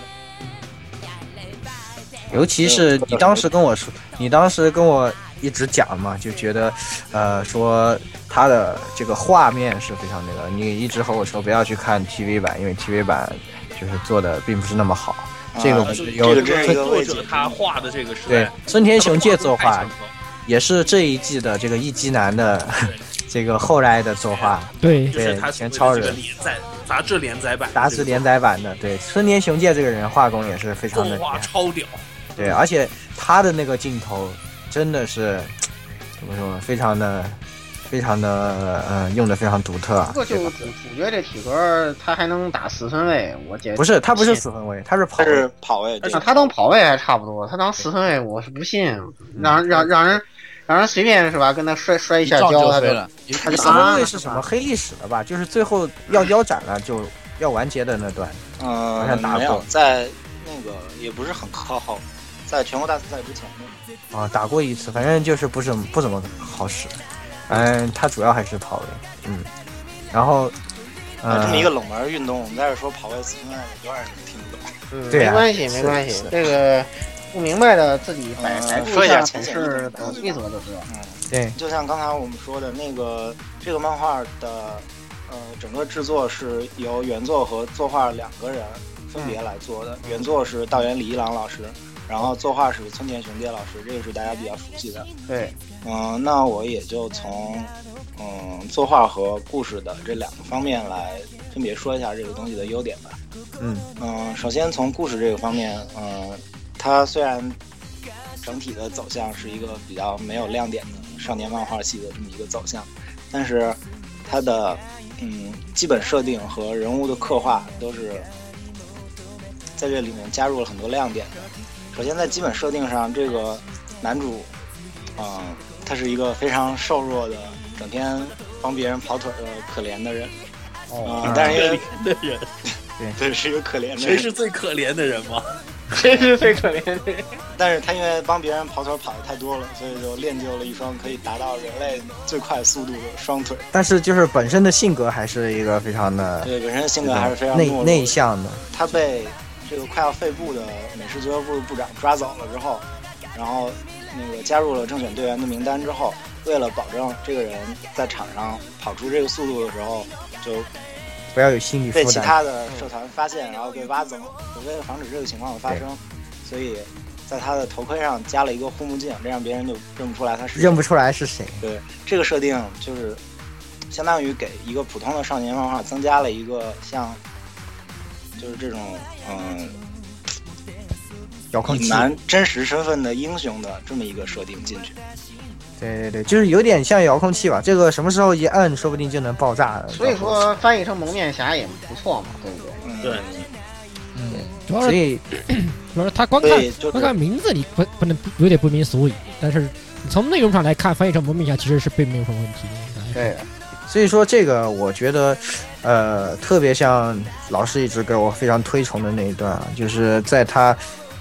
尤其是你当时跟我说，你当时跟我一直讲嘛，就觉得，呃，说他的这个画面是非常那个，你一直和我说不要去看 TV 版，因为 TV 版就是做的并不是那么好。这个我啊这是个有这这个个作位置者他画的这个时对代，森田雄介作他画的，画也是这一季的这个一击男的 这个后来的作画，对非常高，就是他对以前所谓的这超个连载杂志连载版，杂志连载版的。对，森田雄介这个人画工也是非常动的厉画。害超屌，对，而且他的那个镜头真的是怎么说呢？非常的、非常的，呃，用的非常独特啊不。过就对吧主主角这体格，他还能打四分卫，我觉得不是他不是四分卫，他是跑他是跑位，对啊，他当跑位还差不多，他当四分卫我是不信，让人让让人让人随便是吧，跟他摔摔一一下撞跤，就他飞就了，一他是四分啊卫是什么黑历史了吧？就是最后要腰斩了，就要完结的那段。好像嗯，打没有过在那个也不是很靠后，在全国大赛之前的。啊，打过一次，反正就是不是不怎么好使。嗯，他主要还是跑位，嗯，然后，啊，这么一呃个，冷门运动，我们在这说跑位四分卫，有多少人听不懂？嗯对没啊关系没是关系是，这个不明白的自己百嗯百度说一下上浅显易是懂嗯规则就知道。对，就像刚才我们说的那个，这个漫画的呃，整个制作是由原作和作画两个人分嗯别来做的。原作是道元李一郎老师，然后作画是村田雄介老师，这个是大家比较熟悉的。对，嗯、那我也就从嗯、作画和故事的这两个方面来分别说一下这个东西的优点吧。嗯嗯，首先从故事这个方面，嗯、它虽然整体的走向是一个比较没有亮点的少年漫画系的这么一个走向，但是它的嗯基本设定和人物的刻画都是在这里面加入了很多亮点的。首先在基本设定上，这个男主，嗯、他是一个非常瘦弱的，整天帮别人跑腿的可怜的人，哦，嗯、但是因为的人，对是一个可怜的谁人，是最可怜的人吗？谁是最可怜的？但是他因为帮别人跑腿跑的太多了，所以就练就了一双可以达到人类最快速度的双腿。但是就是本身的性格还是一个非常的嗯对，本身性格还是非常懦内弱的内向的，他被这个快要废部的美式足球部的部长抓走了之后，然后那个加入了正选队员的名单之后，为了保证这个人在场上跑出这个速度的时候，就不要有心理被负其担。他的社团发现，然后被挖走。就为了防止这个情况的发生，所以在他的头盔上加了一个护目镜，这样别人就认不出来他是谁认不出来是谁，对，这个设定就是相当于给一个普通的少年漫画增加了一个像，就是这种嗯遥控隐器。瞒真实身份的英雄的这么一个设定进去。对对对，就是有点像遥控器吧，这个什么时候一摁，说不定就能爆炸了。所以说翻译成蒙面侠也不错嘛，对不对？嗯，对主要到嗯时候，所是以主要是他光看所以就是光看名字你不不能有点不明所以，但是你从内容上来看，翻译成蒙面侠其实是并没有什么问题的。对，所以说这个我觉得，呃，特别像老师一直给我非常推崇的那一段啊，就是在他，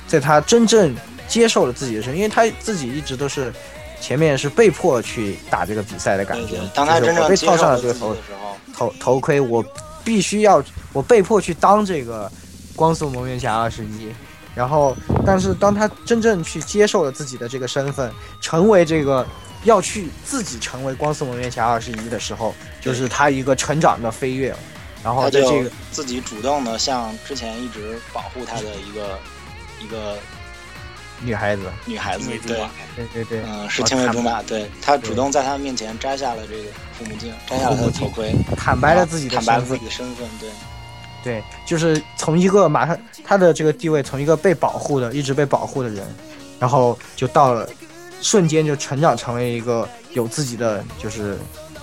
在他真正接受了自己的身，因为他自己一直都是前面是被迫去打这个比赛的感对觉对，，嗯当他就真是我正被接受套上了了这个自己头的时候，头头盔，我必须要，我被迫去当这个光速蒙面侠二十一。然后，但是当他真正去接受了自己的这个身份，成为这个要去自己成为光速蒙面侠二十一的时候，就是他一个成长的飞跃。然后他在就这个自己主动的向之前一直保护他的一个一个女孩子，女孩子女，主对，啊对对对，嗯，是青梅竹马，对他主动在他面前摘下了这个护目镜，摘下了他的头盔，坦白了自己的坦白身了自份己，的身份，对。对，就是从一个马上他的这个地位，从一个被保护的，一直被保护的人，然后就到了瞬间就成长成为一个有自己的，就是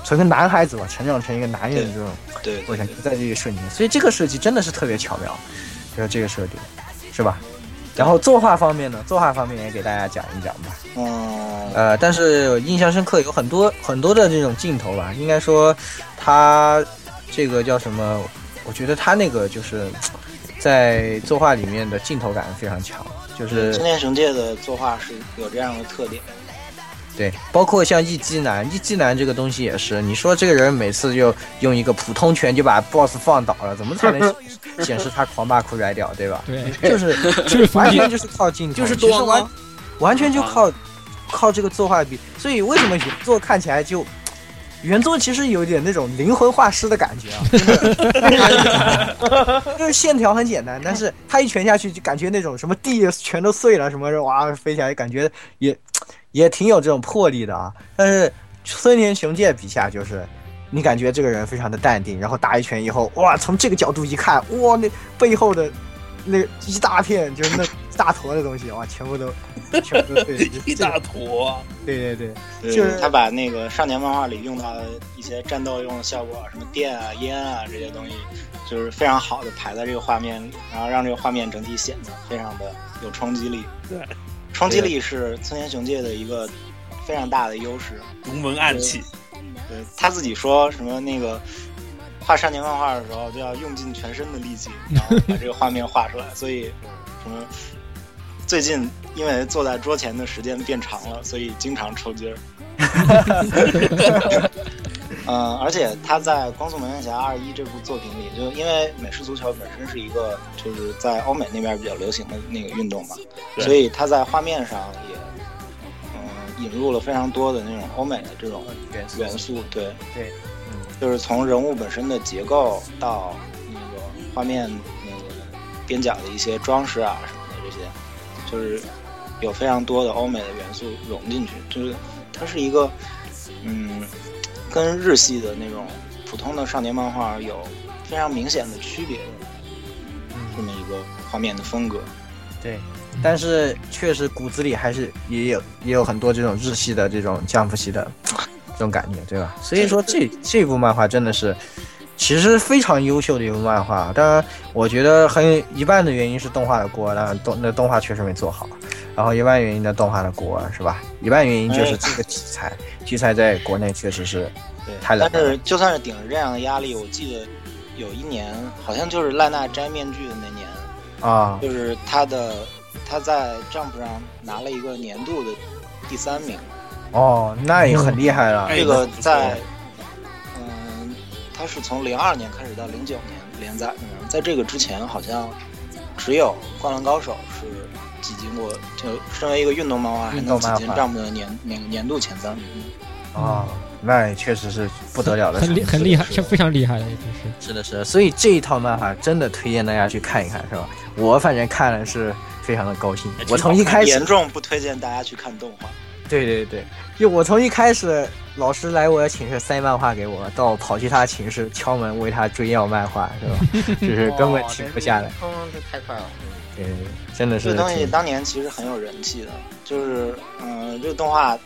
从一个男孩子吧，成长成一个男人的这种对，过对程，对就在这一瞬间。所以这个设计真的是特别巧妙，就是这个设定，是吧？然后作画方面呢，作画方面也给大家讲一讲吧。嗯，呃，但是印象深刻有很多很多的这种镜头吧，应该说他这个叫什么？我觉得他那个就是在作画里面的镜头感非常强，就是千田雄介的作画是有这样的特点，对，包括像一击男，一击男这个东西也是，你说这个人每次就用一个普通拳就把 BOSS 放倒了，怎么才能显显示他狂霸酷拽屌，对哎吧？对，就是就 是冯完迪全就是靠镜头，就是其实多完吗完全就靠靠这个作画比，所以为什么原作看起来就原作其实有点那种灵魂画师的感觉啊，真的 就是线条很简单，但是他一拳下去就感觉那种什么地全都碎了，什么哇飞起来，感觉也也挺有这种魄力的啊。但是森田雄介笔下就是。你感觉这个人非常的淡定，然后打一拳以后，哇，从这个角度一看，哇，那背后的那一大片就是那一大坨的东西，哇，全部都，全部都对， 一大坨啊，对对对，对就是他把那个少年漫画里用到的一些战斗用的效果，什么电啊、烟啊这些东西，就是非常好的排在这个画面里，然后让这个画面整体显得非常的有冲击力。对，冲击力是村田雄介的一个非常大的优势。独门暗器，对他自己说什么那个画少年漫画的时候，就要用尽全身的力气，然后把这个画面画出来。所以什么最近因为坐在桌前的时间变长了，所以经常抽筋儿。 嗯，而且他在《光速蒙面侠二一》这部作品里，就因为美式足球本身是一个就是在欧美那边比较流行的那个运动嘛，对所以他在画面上也哦嗯引入了非常多的那种欧美的这种元素，对，嗯，就是从人物本身的结构到那个画面那个边角的一些装饰啊什么的这些，就是有非常多的欧美的元素融进去，就是它是一个嗯，跟日系的那种普通的少年漫画有非常明显的区别的嗯这么一个画面的风格。对，但是确实骨子里还是也有也有很多这种日系的这种降服系 的这种感觉，对吧？所以说这这部漫画真的是，其实非常优秀的一部漫画。当然，我觉得很有一半的原因是动画的锅，当然动那动画确实没做好，然后一半原因的动画的锅是吧？一半原因就是这个题材，题材在国内确实是对，太冷但了是就算是顶着这样的压力，我记得有一年好像就是赖娜摘面具的那年，啊，就是他的他在 Jump 上拿了一个年度的第三名，哦，那也很厉害了。哎这个那不错在嗯，他是从零二年开始到零九年连载的，在这个之前好像只有《灌篮高手》是挤进过，就身为一个运动漫画还运能动挤进漫画 Jump 的嗯年年年度前三名，啊、那也确实是不得了的成很绩，厉很厉害，是是的非常厉害的，也真是。是的，是的，所以这一套漫画真的推荐大家去看一看，是吧？我反正看了是非常的高兴还挺。好我从一开始严，重不推荐大家去看动画。对对对，就我从一开始，老师来我的寝室塞漫画给我，到我跑去他寝室敲门为他追要漫画，是吧？就是根本停不下来。坑这太快了。对对对，真的这是东西挺当年其实很有人气的，就是嗯、这个动画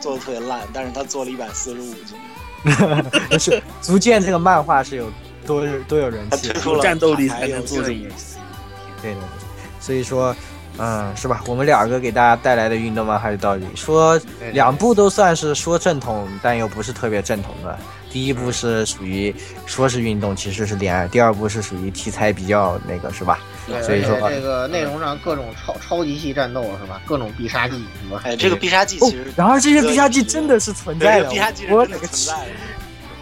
做的特别烂，但是他做了一百四十五集， 是足见这个漫画是有多多有人他气推的。出了战斗力卡牌才能游戏做这个。对对对，所以说，嗯，是吧？我们两个给大家带来的运动漫画就到这里。说两部都算是说正统，但又不是特别正统的。第一嗯部是属于说是运动，其实是恋爱；第二部是属于题材比较那个，是吧？对，所以说啊而且这个内容上各种超超级系战斗是吧？各种必杀技什么，哎，这个必杀技哦其实，然后这些必杀技真的是存对在这的个必杀技，是我真那的个存去，在的，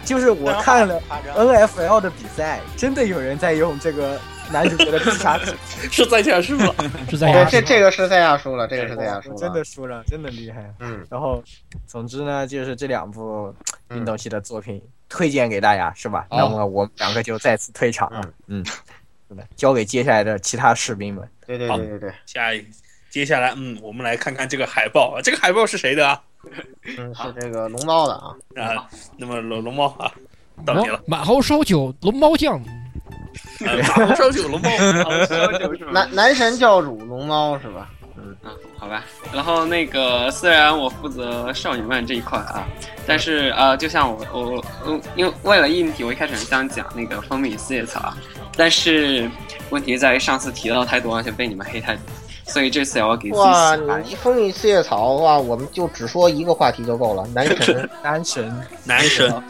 就是我看了呃夸张。 NFL 的比赛，真的有人在用这个男主角的必杀技，是在线是吧？是在对亚，这这个是赛亚输了，这个是赛亚输了，真的，输了，真的厉害。嗯，然后，总之呢，就是这两部运动系的作品推荐给大家，是吧？哦好那么我们两个就再次退场了。嗯，是的，交给接下来的其他士兵们。对对好对对对，下一，接下来，嗯，我们来看看这个海报啊，这个海报是谁的啊？嗯，是这个龙猫的啊，啊，那么龙龙猫啊，到你了，马猴烧酒、龙猫酱，呃马龙烧酒龙猫，男男神教主龙猫是吧？啊，好吧。然后那个虽然我负责少女漫这一块啊，但是呃，就像我我我，因为为了硬题，我一开始很想讲那个风靡四叶草啊，但是问题在于上次提到太多，而且被你们黑太多，所以这次我要给自己哇，洗白。你风雨四叶草的话，我们就只说一个话题就够了，男神男神，男神，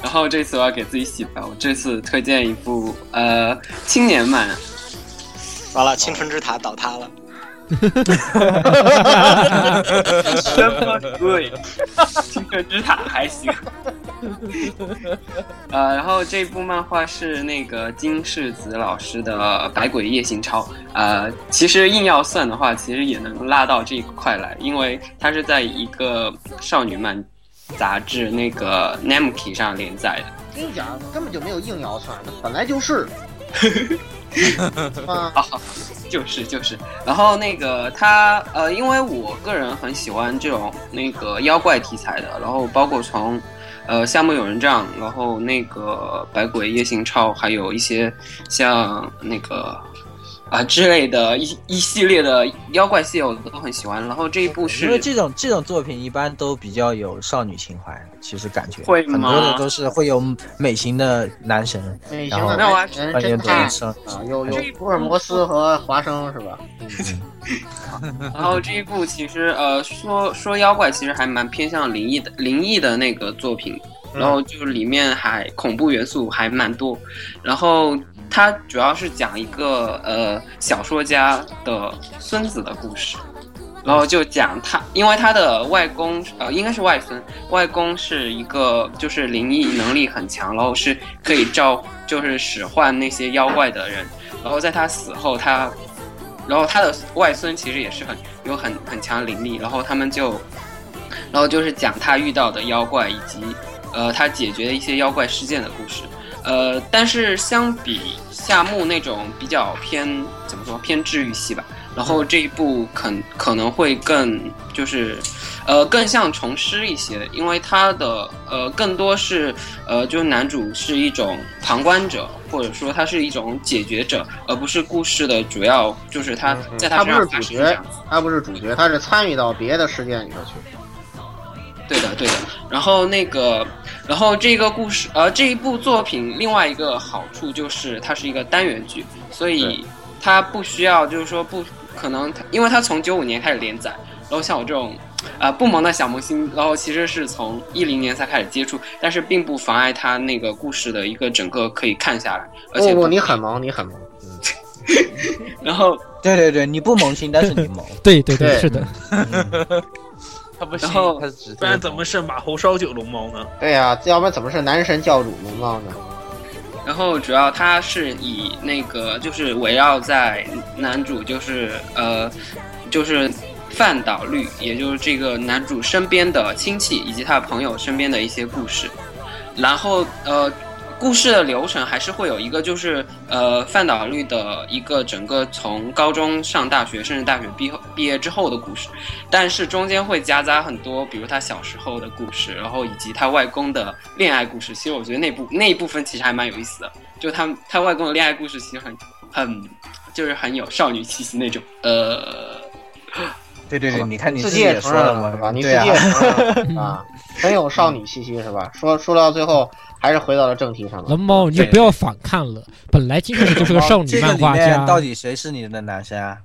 然后这次我要给自己洗白，我这次推荐一部呃青年漫，完了，青春之塔倒塌了。什么鬼？青春之塔还 行。呃，然后这部漫画是那个金世子老师的《百鬼夜行抄》。呃，其实硬要算的话，其实也能拉到这一块来，因为它是在一个少女漫杂志那个 Namki 上连载的。跟你讲，根本就没有硬要算，那本来就是。啊，啊，就是就是。然后那个他呃，因为我个人很喜欢这种那个妖怪题材的，然后包括从呃夏目友人帐，然后那个百鬼夜行抄，还有一些像那个。啊之类的一一系列的妖怪系列我都很喜欢，然后这一部是因为这种这种作品一般都比较有少女情怀，其实感觉会吗很多的都是会有美型的男神，美嗯然型的后那我还男神还有侦探男生啊，有有福尔摩斯和华生是吧？然后这一部其实呃说说妖怪其实还蛮偏向灵异的灵异的那个作品，嗯然后就是里面还恐怖元素还蛮多，然后它主要是讲一个呃小说家的孙子的故事，然后就讲他，因为他的外公呃应该是外孙，外公是一个就是灵异能力很强，然后是可以召就是使唤那些妖怪的人，然后在他死后他。然后他的外孙其实也是很有很很强灵力，然后他们就，然后就是讲他遇到的妖怪以及呃，他解决一些妖怪事件的故事。呃，但是相比夏目那种比较偏怎么说偏治愈系吧，然后这一部可可能会更就是，呃，更像重师一些，因为它的呃更多是呃就是男主是一种旁观者，或者说他是一种解决者，而不是故事的主要，就是他在他嗯他身不是主上发生这角样子。，他不是主角，他是参与到别的事件里头去。对的，对的。然后那个，然后这个故事，呃，这一部作品另外一个好处就是它是一个单元剧，所以它不需要就是说不可能它，因为它从九五年开始连载，然后像我这种。呃，不萌的小萌新，然后其实是从一零年才开始接触，但是并不妨碍它那个故事的一个整个可以看下来，而且不不，你很萌，你很萌。嗯，然后对对对，你不萌新，但是你 萌。对对对，对是的，他不行然后，他是指不然怎么是马猴烧酒龙猫呢？对呀、要不然怎么是男神教主龙猫呢？然后主要它是以那个就是围绕在男主就是呃就是范岛绿，也就是这个男主身边的亲戚以及他的朋友身边的一些故事，然后呃。故事的流程还是会有一个，就是呃，范岛绿的一个整个从高中上大学，甚至大学毕后毕业之后的故事，但是中间会夹杂很多，比如他小时候的故事，然后以及他外公的恋爱故事。其实我觉得那部那一部分其实还蛮有意思的，就他他外公的恋爱故事其实很很就是很有少女气息那种。呃，对对对，你看你自己自己也也承说认了了是吧？嘛，你自对己也，啊承认了啊，很有少女气息是吧？说说到最后，还是回到了正题上龙了。猫，你就不要反抗了。本来金世石就是个少女这个漫里画面家，到底谁是你的男神啊？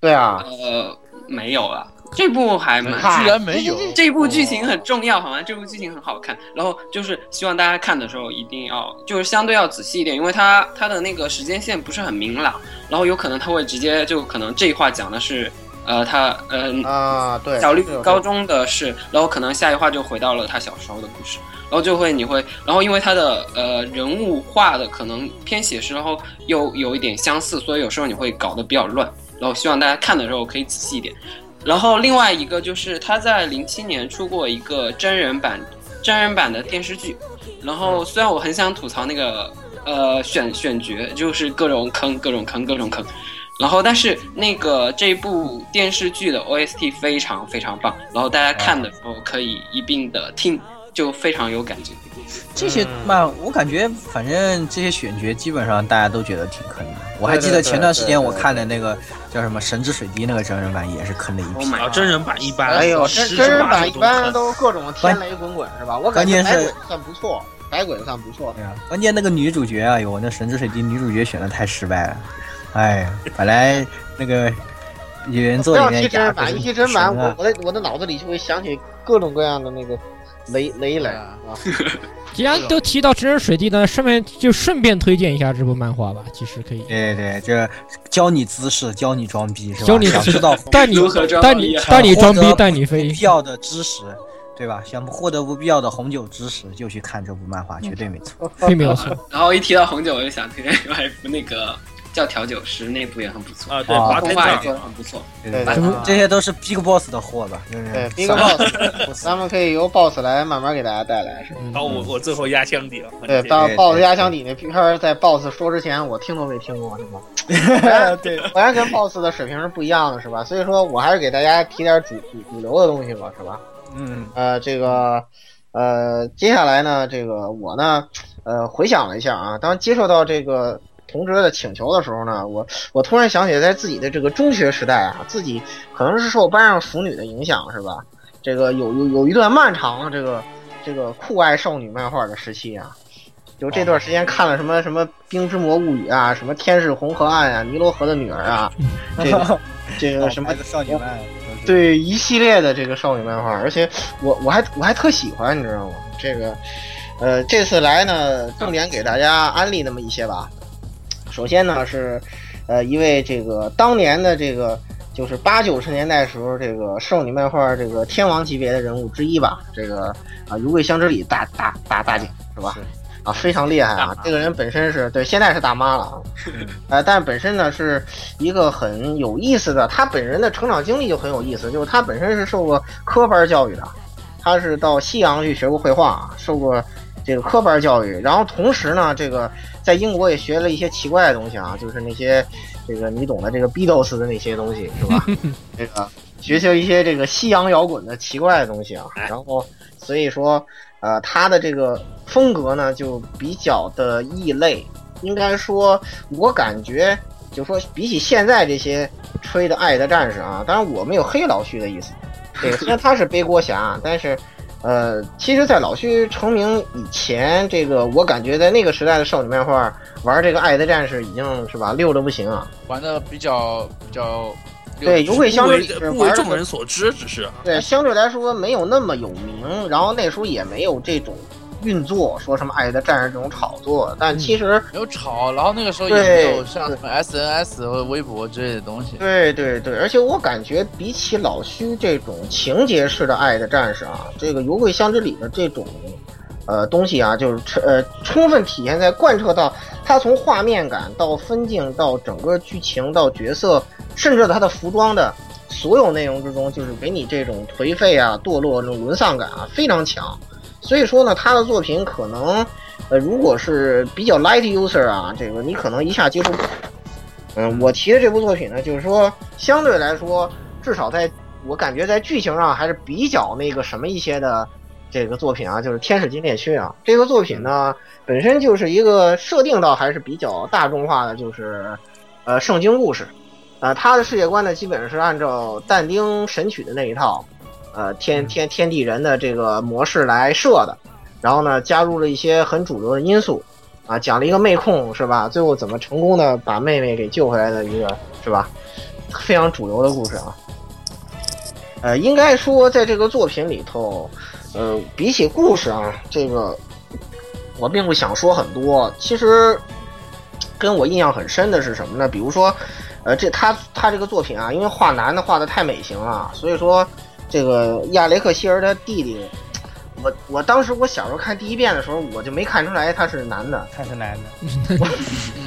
对啊，呃，没有了。这部还蛮，嗨居然没有这一部剧情很重要，好吗？这部剧情很好看，然后就是希望大家看的时候一定要就是相对要仔细一点，因为它它的那个时间线不是很明朗，然后有可能他会直接就可能这一话讲的是呃他呃啊，对，小绿是有这高中的事，然后可能下一话就回到了他小时候的故事，然后就会你会，然后因为他的呃人物画的可能偏写实，然后又有一点相似，所以有时候你会搞得比较乱，然后希望大家看的时候可以仔细一点。然后另外一个就是他在零七年出过一个真人版真人版的电视剧，然后虽然我很想吐槽那个呃选选角，就是各种坑各种坑各种坑，然后，但是那个这部电视剧的 OST 非常非常棒，然后大家看的时候可以一并的听，就非常有感觉。这些嗯嘛，我感觉反正这些选角基本上大家都觉得挺坑的。我还记得前段时间我看的那个叫什么《神之水滴》那个真人版也是坑的一 Oh 批。 my 啊， god！真人版一般，哎呦，真十之真人八版九一般坑都各种天雷滚滚是吧？我感觉关键百是鬼算不错，百鬼算不错。对啊，关键那个女主角啊，有那《神之水滴》女主角选的太失败了。哎， 本来那个原不作要里提面真人版，一提真人版，神我啊我的我的脑子里就会想起各种各样的那个雷雷来啊啊。既然都提到真人水滴呢，顺便就顺便推荐一下这部漫画吧，其实可以。对对对，这教你姿势，教你装逼是吧？教你想姿势知道带你如何装带逼你啊带你装获逼得带你不飞必，要的知识，对吧？想获得不必要的红酒知识，就去看这部漫画，绝对没错。并没有错。 然后一提到红酒，我就想推荐另外一部那个叫《调酒师》，那部也很不错，啊，对，啊华动天画也藏做的很不错。对对吧对这些都是 Big Boss 的货吧？就是哎啊对，Big Boss，咱们可以由 Boss 来慢慢给大家带来。是吧然后我我最后压箱底了，我对，这当对 Boss 对压箱底那片儿在 Boss 说之前，我听都没听过，是吗？果然 对， 果然跟 Boss 的水平是不一样的，是吧？所以说我还是给大家提点主主主流的东西吧，是吧？嗯，呃，这个，呃，接下来呢，这个我呢，呃，回想了一下啊，当接受到这个同志的请求的时候呢，我我突然想起，在自己的这个中学时代啊，自己可能是受班上腐女的影响，是吧？这个有有有一段漫长的这个这个酷爱少女漫画的时期啊，就这段时间看了什么什么《冰之魔物语》啊，什么《天使红河岸》啊，《尼罗河的女儿》啊，这个这个什么好拍个少女漫，对一系列的这个少女漫画，而且我我还我还特喜欢，你知道吗？这个，呃，这次来呢，重点给大家安利那么一些吧。首先呢是，呃，一位这个当年的这个就是八九十年代时候这个少女漫画这个天王级别的人物之一吧，这个啊如桂香之里大大大大姐是吧？啊，非常厉害啊！这个人本身是对，现在是大妈了啊，呃，但本身呢是一个很有意思的，他本人的成长经历就很有意思，就是他本身是受过科班教育的，他是到西洋去学过绘画，受过这个科班教育，然后同时呢，这个在英国也学了一些奇怪的东西啊，就是那些这个你懂的这个 Beatles 的那些东西是吧？这个学学一些这个西洋摇滚的奇怪的东西啊，然后所以说呃他的这个风格呢就比较的异类，应该说我感觉。就说比起现在这些吹的爱的战士啊，当然我没有黑老徐 的意思，对，虽然他是背锅侠，啊但是，呃，其实，在老徐成名以前，这个我感觉在那个时代的少女漫画玩这个爱的战士已经是吧溜的不行啊，玩的比较比较对，尤会相不对为比是不为玩众的人所知，只是啊对，相对来说没有那么有名，然后那时候也没有这种运作，说什么爱的战士这种炒作，但嗯其实。没有吵，然后那个时候也没有像什么 SNS 和微博之类的东西。对对对，而且我感觉比起老虚这种情节式的爱的战士啊，这个《油贵香之里》的这种呃东西啊，就是彻呃充分体现在贯彻到它从画面感到分镜到整个剧情到角色，甚至它的服装的所有内容之中，就是给你这种颓废啊、堕落这种沦丧感啊非常强。所以说呢，他的作品可能，呃，如果是比较 light user 啊，这个你可能一下接触不嗯，我提的这部作品呢，就是说相对来说，至少在我感觉在剧情上还是比较那个什么一些的这个作品啊，就是《天使金猎区》啊，这个作品呢本身就是一个设定到还是比较大众化的，就是呃圣经故事啊、呃，它的世界观呢基本是按照但丁《神曲》的那一套，呃天天天地人的这个模式来设的，然后呢加入了一些很主流的因素，啊，讲了一个妹控是吧？最后怎么成功的把妹妹给救回来的一个是吧？非常主流的故事啊。呃，应该说在这个作品里头，呃，比起故事啊，这个我并不想说很多。其实跟我印象很深的是什么呢？比如说，呃，这他他这个作品啊，因为画男的画的太美型了，所以说这个亚雷克希尔的弟弟。我我当时我小时候看第一遍的时候，我就没看出来他是男的，他是男的，嗯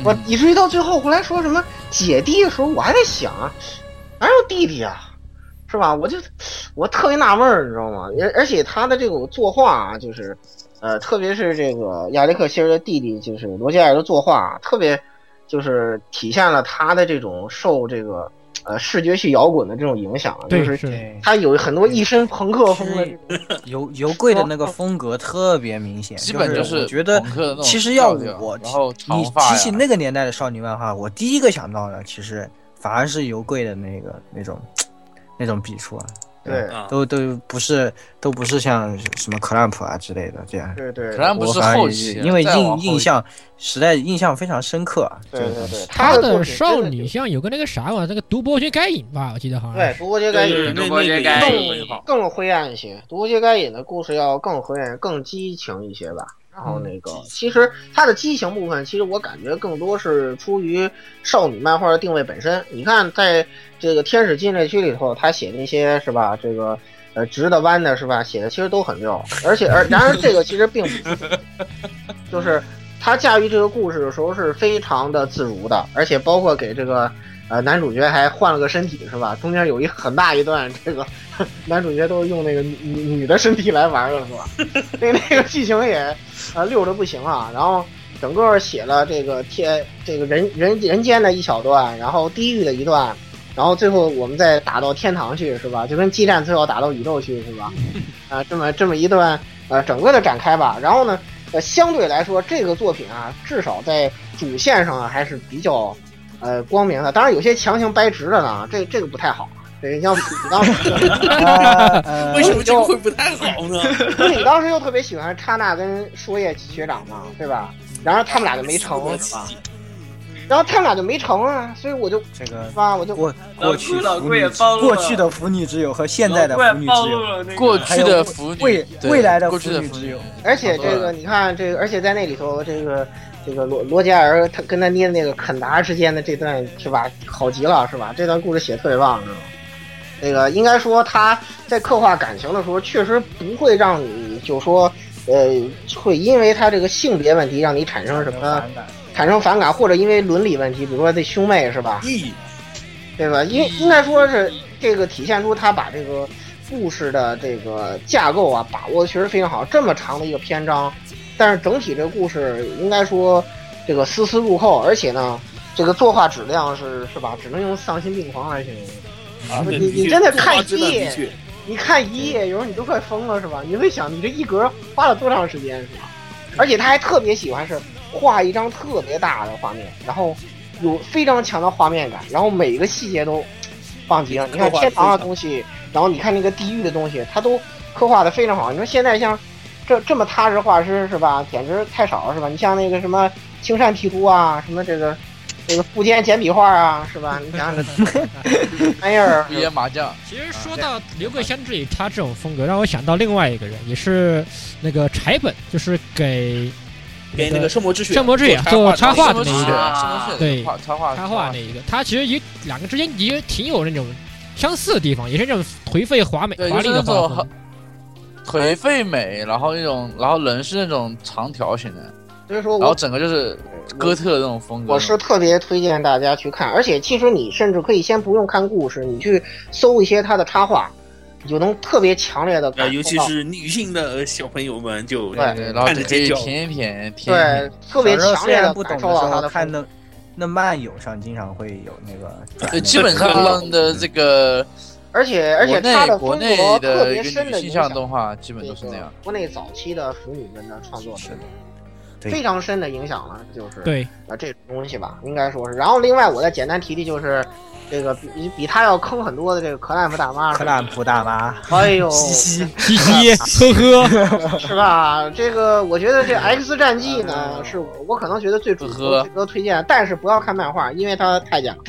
我以至于到最后后来说什么姐弟的时候，我还在想，啊哪有弟弟啊，是吧？我就我特别纳闷儿，你知道吗？而而且他的这个作画啊，就是呃，特别是这个亚历克希尔的弟弟，就是罗杰尔的作画、啊，特别就是体现了他的这种受这个呃视觉系摇滚的这种影响，啊就对是是，他有很多一身朋克风的这种油油贵的那个风格特别明显，基本就就是我觉得朋克的那种其实要调调我然后长你发提呀起那个年代的少女漫画，我第一个想到的其实反而是油贵的那个那种那种笔触啊，对啊，都都不是都不是像什么 clamp 啊之类的这样。对对可能不我是反而后也期，啊因为再往印后印象时代印象非常深刻啊。对这个对东西对，他的作的品少真的女就像有个那个啥玩意儿，那个独播剧该隐吧，我记得好像对，是。不过这个对也对，那中那国个这也该是动很好。更灰暗一些，《独街该隐》的故事要更灰暗、更激情一些吧。然后那个，其实它的激情部分，其实我感觉更多是出于少女漫画的定位本身。你看，在这个《天使禁猎区》里头，他写那些是吧，这个呃直的弯的是吧，写的其实都很溜。而且而然而这个其实并不，就是他驾驭这个故事的时候是非常的自如的，而且包括给这个呃男主角还换了个身体是吧？中间有一很大一段这个男主角都是用那个女女女的身体来玩的是吧？那那个剧情也呃溜的不行啊，然后。整个写了这个天这个人人人间的一小段，然后地狱的一段，然后最后我们再打到天堂去，是吧？就跟激战最后打到宇宙去，是吧？啊、这么这么一段呃整个的展开吧。然后呢，呃，相对来说这个作品啊，至少在主线上啊还是比较呃光明的。当然有些强行掰直的呢，这这个不太好。对，你像你当时，啊呃为什么这个会不太好呢？ 你当时又特别喜欢刹那跟说叶学长嘛，对吧？然后他们俩就没成，是吧？然后他们俩就没成啊，所以我就这个发，我就过过去老腐顾也女暴露过了去的腐女之友和现在的怪腐女暴之露友，了那个过还去有的腐女，未对未来的过去腐的女腐之女友，而且这个你看，这个而且在那里头，这个这个罗罗杰尔他跟他捏的那个肯达之间的这段是吧，好极了是吧？这段故事写得特别棒，是吧？那个应该说他在刻画感情的时候，确实不会让你就说呃会因为他这个性别问题让你产生什么反感？产生反感，或者因为伦理问题，比如说这兄妹是吧？咦，对吧？因应该说是这个体现出他把这个故事的这个架构啊把握的确实非常好。这么长的一个篇章，但是整体这个故事应该说这个丝丝入扣，而且呢，这个作画质量是是吧，只能用丧心病狂来形容。啊你你真的看真的腻的确，你看一页，有时候你都快疯了是吧？你会想你这一格花了多长时间是吧？而且他还特别喜欢是画一张特别大的画面，然后有非常强的画面感，然后每个细节都棒极了。你看刻画天堂的非常东西，然后你看那个地狱的东西，他都刻画的非常好。你说现在像这这么踏实画师是吧？简直太少了是吧？你像那个什么青山提督啊，什么这个这个富坚简笔画啊是吧？你 想想这玩意儿不。野麻将，其实说到刘桂香这里，他这种风格让我想到另外一个人，也是那个柴本，就是给给那个圣魔之血，圣魔之血做插画的那一是个个的，对画插啊画插画那一个，他其实也两个之间也挺有那种相似的地方，也是这种颓废华美对华丽的就是那画种风。颓废美，然后那种，然后人是那种长条形的，所以说然后我整个就是哥特的那种风格。我是特别推荐大家去看，而且其实你甚至可以先不用看故事，你去搜一些他的插画，你就能特别强烈的啊，感受到，尤其是女性的小朋友们就对对，然后看就着可以尖叫舔一舔，舔一对舔。特别小时候强虽烈然的不感懂受的时到他候的看风格那那漫友上经常会有那个转那 对，个基本对上的这个而且而且国内他的国风内格特的一别个深女影性响向动画基本都是那样。国内早期的腐女们的创作是是的对非常深的影响了，就是 对，啊这种东西吧，应该说是。然后另外我再简单提提就是。这个比比他要坑很多的这个克兰普大妈，克兰普大妈，哎呦，嘻嘻，嘻嘻，呵呵， 是吧？这个我觉得 这《X 战记》嗯呢，是我我可能觉得最主呵流、最多推荐，但是不要看漫画，因为它太假了。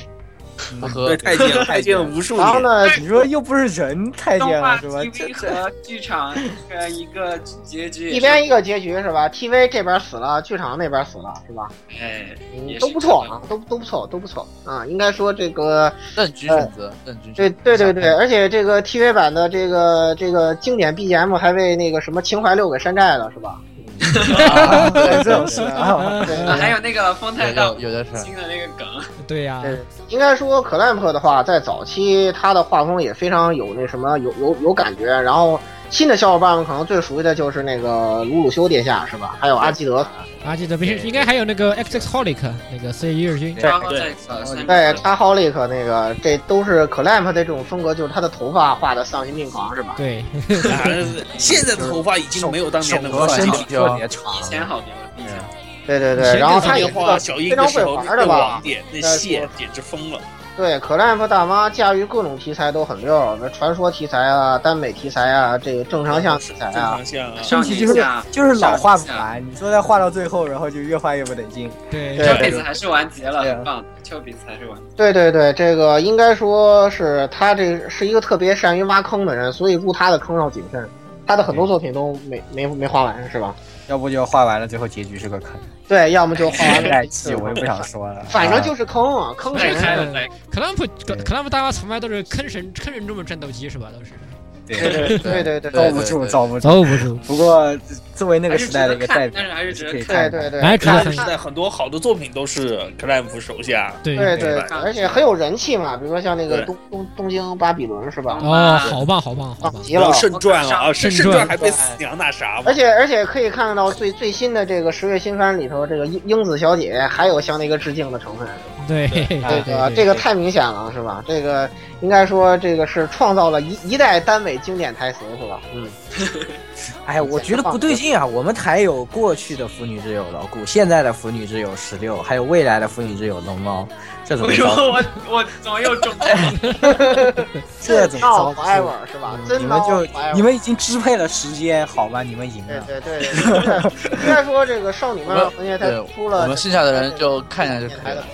不对喝，太监了太监了无数然后年，呢，你说又不是人太动监画了是吧？这这 TV 和剧场的一个结局也一是，边一个结局是吧？TV 这边死了，剧场那边死了是吧？哎，嗯，也是都不错啊，都都不错，都不错啊。应该说这个，任君选择，任君选择对对对对，，而且这个 TV 版的这个这个经典 BGM 还被那个什么情怀六给山寨了是吧？啊对这种事啊，啊还有那个丰有太道有有的是。新的那个梗，对呀、对，应该说 Clamp 的话，在早期他的画风也非常有那什么，有有有感觉。然后新的小伙伴们可能最熟悉的就是那个鲁鲁修殿下是吧？还有阿基德，啊，记得不是应该还有那个 X X Holic 那个 C 一日军，然后对再呃三对，他 Holic 那个，这都是 Clamp 的这种风格，就是他的头发画的丧心病狂是吧？对，啊现在的头发已经没有当年那么我短身了体特别长，以前好多了，以前好对对以对，前然后那他也电是话个小非樱常的会时候玩那的个吧网？点那那线说简直疯了，对，Clamp 大妈驾驭各种题材都很溜，那传说题材啊、耽美题材啊、这个正常向题材正啊，常像啊多，问上题年就是下 就是老画不完，你说再画到最后，然后就越画越不得劲。对对丘比斯还是完结了，对很棒，丘比斯还是完结了。对对对，这个应该说是他这是一个特别善于挖坑的人，所以入他的坑要谨慎。他的很嗯多作品都没没没画完，是吧？要不就画完了，最后结局是个坑。对，要么就画完现了 在。气我也不想说了， 反正啊就是坑啊，坑再谁开呢？了再克兰普克兰普大妈从来都是坑神坑人中的战斗机是吧？都是对对对对遭对不住，遭不住。遭不住，不过作为那个还是时值代的得一个代表看，但，是还是值可以得看。对对看对，来值得看但看是在很多好的作品都是克莱夫手下，对对对，对而且很有人气嘛，比如说像那个对东东东京巴比伦是吧？哦，好棒好棒好棒棒，极然了后！圣传啊，啊圣圣传圣传还被死娘那啥嘛而，且而且可以看到最最新的这个十月新番里头，这个英英子小姐还有向那个致敬的成分。啊对这个啊这个太明显了，是吧？这个应该说这个是创造了一一代耽美经典台词，是吧？嗯，哎，我觉得不对劲啊！我们台有过去的腐女之友老顾，现在的腐女之友十六，还有未来的腐女之友龙猫，这怎为么什么糟？我我怎么又中这怎么糟闹质？ forever 是吧？你真们闹就 forever。你们已经支配了时间，好吧？你们赢对了。对对，对应该说这个少女漫画行业它对，出我了们剩下的人就看一下就可以了。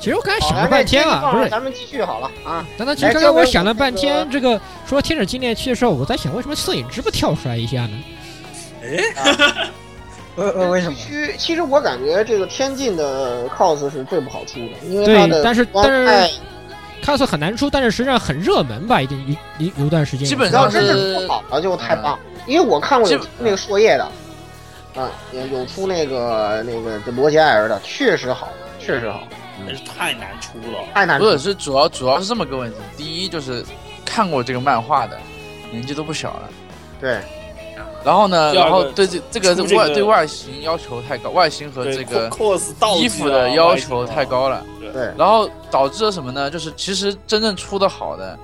其实我刚才好，想了咱们半天继续啊，不放是，咱们继续好了啊。难道其实刚刚我想了半天，这个说天使纪念区的时候，我在想为什么摄影师不跳出来一下呢？呃呃，为什么？其实其实我感觉这个天境的 cos 是最不好出的，因为对它的但是光但是哎看似很难出，但是实际上很热门吧，已经一一有段时间。基本只要上真是是出好了就太棒了，因为我看过有基出那个硕叶的，啊，有有出那个那个这罗杰艾尔的，确实好，确实好，但是太难出了。太难不出是，是主要主要是这么个问题。第一就是看过这个漫画的，年纪都不小了。对，然后呢，第二个然后对这这个出外、这个对外形要求太高，外形和对这个 cos 道具啊衣服的要求太，高了。对然后导致了什么呢？就是其实真正出的好的，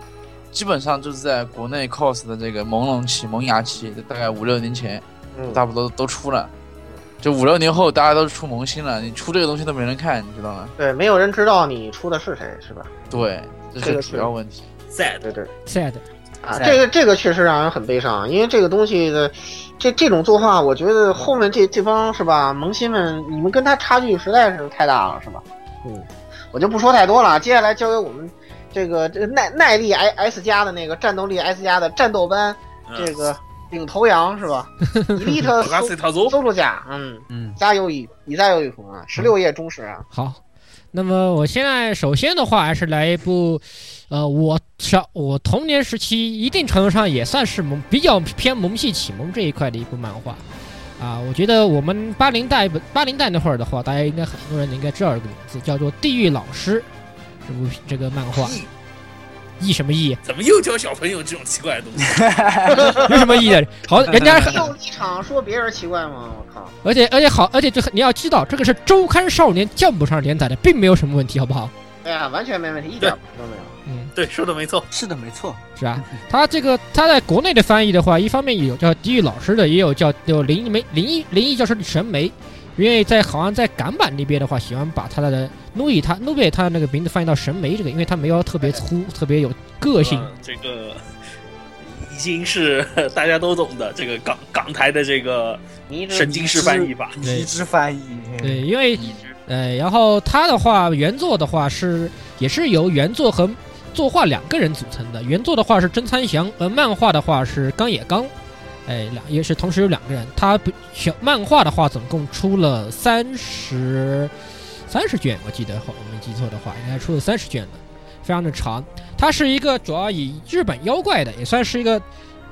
基本上就是在国内 cos 的这个朦胧期、萌芽期，大概五六年前，嗯，差不多都出了。就五六年后，大家都出萌新了，你出这个东西都没人看，你知道吗？对，没有人知道你出的是谁，是吧？对，这这是个是主要问题。在对对。 sad，啊，在这个这个确实让人很悲伤，因为这个东西的这这种作画，我觉得后面这这帮是吧，萌新们，你们跟他差距实在是太大了，是吧？嗯，我就不说太多了，接下来交给我们这个这个耐耐力 S S 加的那个战斗力 S 加的战斗班这个领头羊是吧？Elite 嗯啊我刚才 s 他说 o l 甲，嗯，嗯，加优以以加优以服啊，十六页忠实啊，好，那么我现在首先的话还是来一部，呃，我小我童年时期一定程度上也算是萌比较偏萌系启蒙这一块的一部漫画，啊，我觉得我们八零代八零代那会儿的话，大家应该很多人应该知道这个名字，叫做《地狱老师》这部这个漫画，咦意什么意？怎么又教小朋友这种奇怪的东西？有什么意义？好，人家你有立场说别人奇怪吗？我靠，而且而且好，而且这个你要知道，这个是周刊少年 Jump 上连载的，并没有什么问题，好不好？哎呀，完全没问题，一点儿都没有。嗯，对，说的没错，是的，没错。是啊，他这个他在国内的翻译的话，一方面有叫地狱老师的，也有叫有灵媒灵异灵异教师的神媒，因为在好像在港版那边的话，喜欢把他的努比他努比他的那个名字翻译到神媒这个，因为他没有特别粗，特别有个性。嗯这个已经是大家都懂的，这个港港台的这个你神经式翻译法，对迷之翻译，对，因为呃，然后他的话，原作的话是也是由原作和作画两个人组成的。原作的话是真参祥，而漫画的话是冈野刚，哎，两也是同时有两个人。他不小漫画的话，总共出了三十三十卷，我记得好，我没记错的话，应该出了三十卷了，非常的长。它是一个主要以日本妖怪的，也算是一个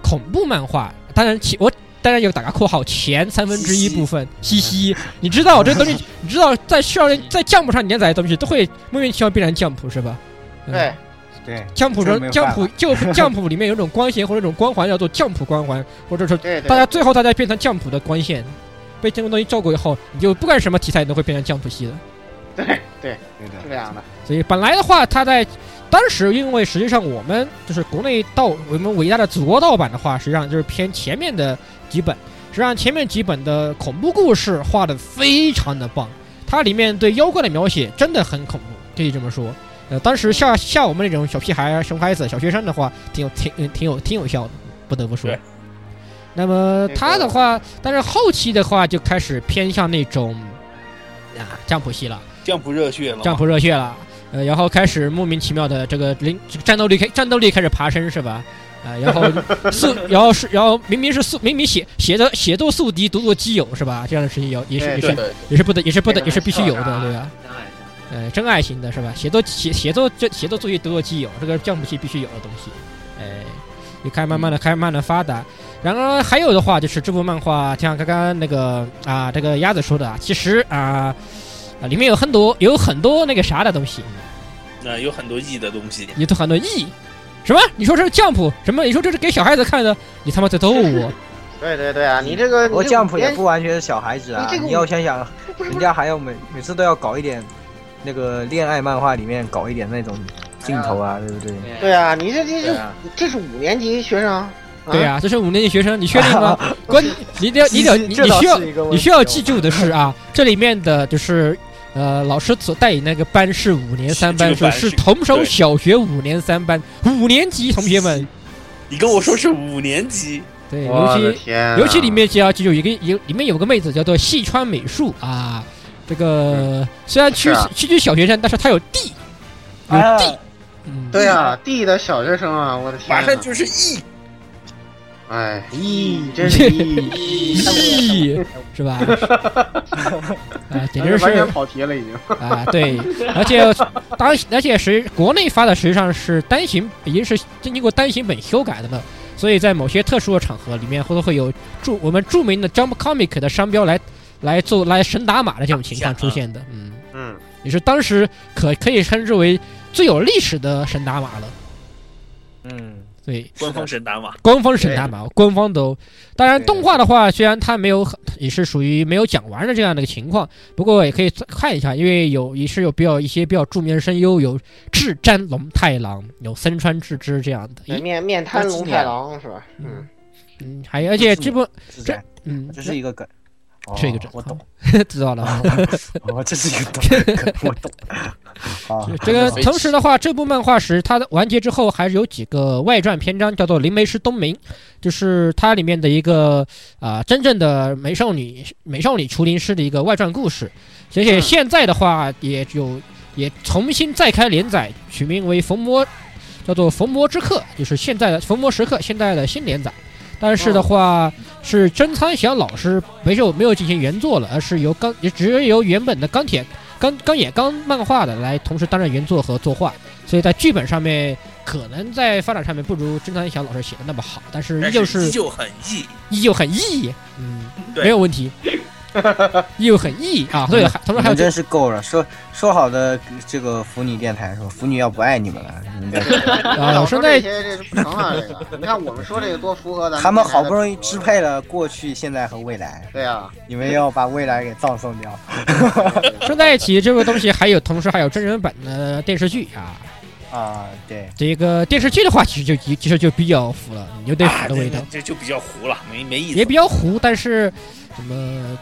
恐怖漫画。当然其我。当然有打个括号，前三分之一部分，嘻嘻，你知道这东西，你知道在少年在 Jump 上连载的东西都会莫名其妙变成 Jump 是吧？嗯对，对，降谱这中没有降办谱就降谱里面有一种光线或者一种光环叫做降谱光环，或者说对对，大家最后大家变成降谱的光线，被这种东西照顾以后，你就不管什么题材你都会变成降谱系的。对对啊对是的，这样的，所以本来的话，它在当时因为实际上我们就是国内盗我们伟大的祖国盗版的话，实际上就是偏前面的几本，实际上前面几本的恐怖故事画的非常的棒，它里面对妖怪的描写真的很恐怖，可以这么说。呃，当时像像我们那种小屁孩、熊孩子、小学生的话，挺有挺嗯挺有挺有效的，不得不说对。那么他的话，但是后期的话就开始偏向那种啊占卜系了。这样不热血了战吗？扑热血了，呃，然后开始莫名其妙的这个零这个战斗力开战斗力开始爬升是吧？啊、然后宿，然后是，然后明明是宿，明明写写的写斗宿敌，独斗基友是吧？这样的事情有也是也哎对是对，也是不得也是不得这个也是必须有的， 啊对吧？？当然是呃，真爱型的是吧？写作写写作这写作作业都有基友，这个降谱系必须有的东西。哎，也开始慢慢的开始慢慢的发达。然而还有的话就是这部漫画，就像刚刚那个啊这个鸭子说的，啊，其实啊啊里面有很多有很多那个啥的东西，那有很多异的东西，也有很多意义。什么？你说这是 jump？什么？你说这是给小孩子看的？你他妈在逗我！对对对啊，你这个我你这降谱也连不完全是小孩子啊你，这个你要想想，不是人家还要每每次都要搞一点那个恋爱漫画里面搞一点那种镜头啊，对不对？对啊，你这这对这啊，这是五年级学生啊，对呀、这是五年级学生，你确定吗？关你得你得你这你倒需要是一个问题哦你需要记住的是啊，这里面的就是呃，老师所带领那个班是五年三班，是这个班是是同手对小学五年三班，五年级同学们，你跟我说是五年级，对，我的尤其天啊，尤其里面就要记住一个有里面有个妹子叫做细川美术啊，这个虽然区是啊区区小学生，但是她有地有哎地，嗯，对啊，D 的小学生啊，我的天啊，马嗯上就是异，哎咦，真是咦，地 是吧？ 啊， 简直完是全跑题了已经，啊，对，而且当而且实国内发的实际上是单行，已经是经过单行本修改的了，所以在某些特殊的场合里面，会会有著我们著名的 Jump Comic 的商标来来做来神打码的这种情况出现的，嗯，嗯，也是当时可可以称之为最有历史的神打码了。嗯，所对，官方神打码，官方神打码，官方都。当然，对动画的话，虽然它没有很，也是属于没有讲完的这样的一个情况，不过也可以看一下，因为有也是有比较一些比较著名的声优，有志瞻龙太郎，有森川智之这样的，对一面面瘫龙太郎是吧？嗯，嗯，还而且这部这是这样，嗯，这是一个梗。哦这个梗我懂， 知道了啊。哦，这是一个 梗，我懂。啊，这个飞同起时的话，这部漫画时它的完结之后，还是有几个外传篇章，叫做《灵媒师东明》，就是它里面的一个啊、真正的美少女美少女除灵师的一个外传故事。而且嗯现在的话，也有也重新再开连载，取名为《逢魔》，叫做《逢魔之客》，就是现在的《逢魔时刻》现在的新连载。但是哦的话，是真仓祥老师没有没有进行原作了，而是由钢也只由原本的钢铁钢钢也钢漫画的来同时担任原作和作画，所以在剧本上面可能在发展上面不如真仓祥老师写的那么好，但是依但旧是是依旧很异。依旧很意，嗯，对嗯没有问题，依旧很意啊。对，还同时你还有们这真是够了！说说好的这个腐女电台是吧？腐女要不爱你们了，你们这啊，我说这现在些这不成啊，这个。你看我们说这个多符合咱们。他们好不容易支。配了过去、现在和未来，对啊，你们要把未来给葬送掉。说在一起这个东西，还有同时还有真人版的电视剧啊。啊，对，这个电视剧的话，其实就其实就比较腐了，有点啊，腐的味对道对，，这就比较糊了，没没意也思。比较糊，但是什么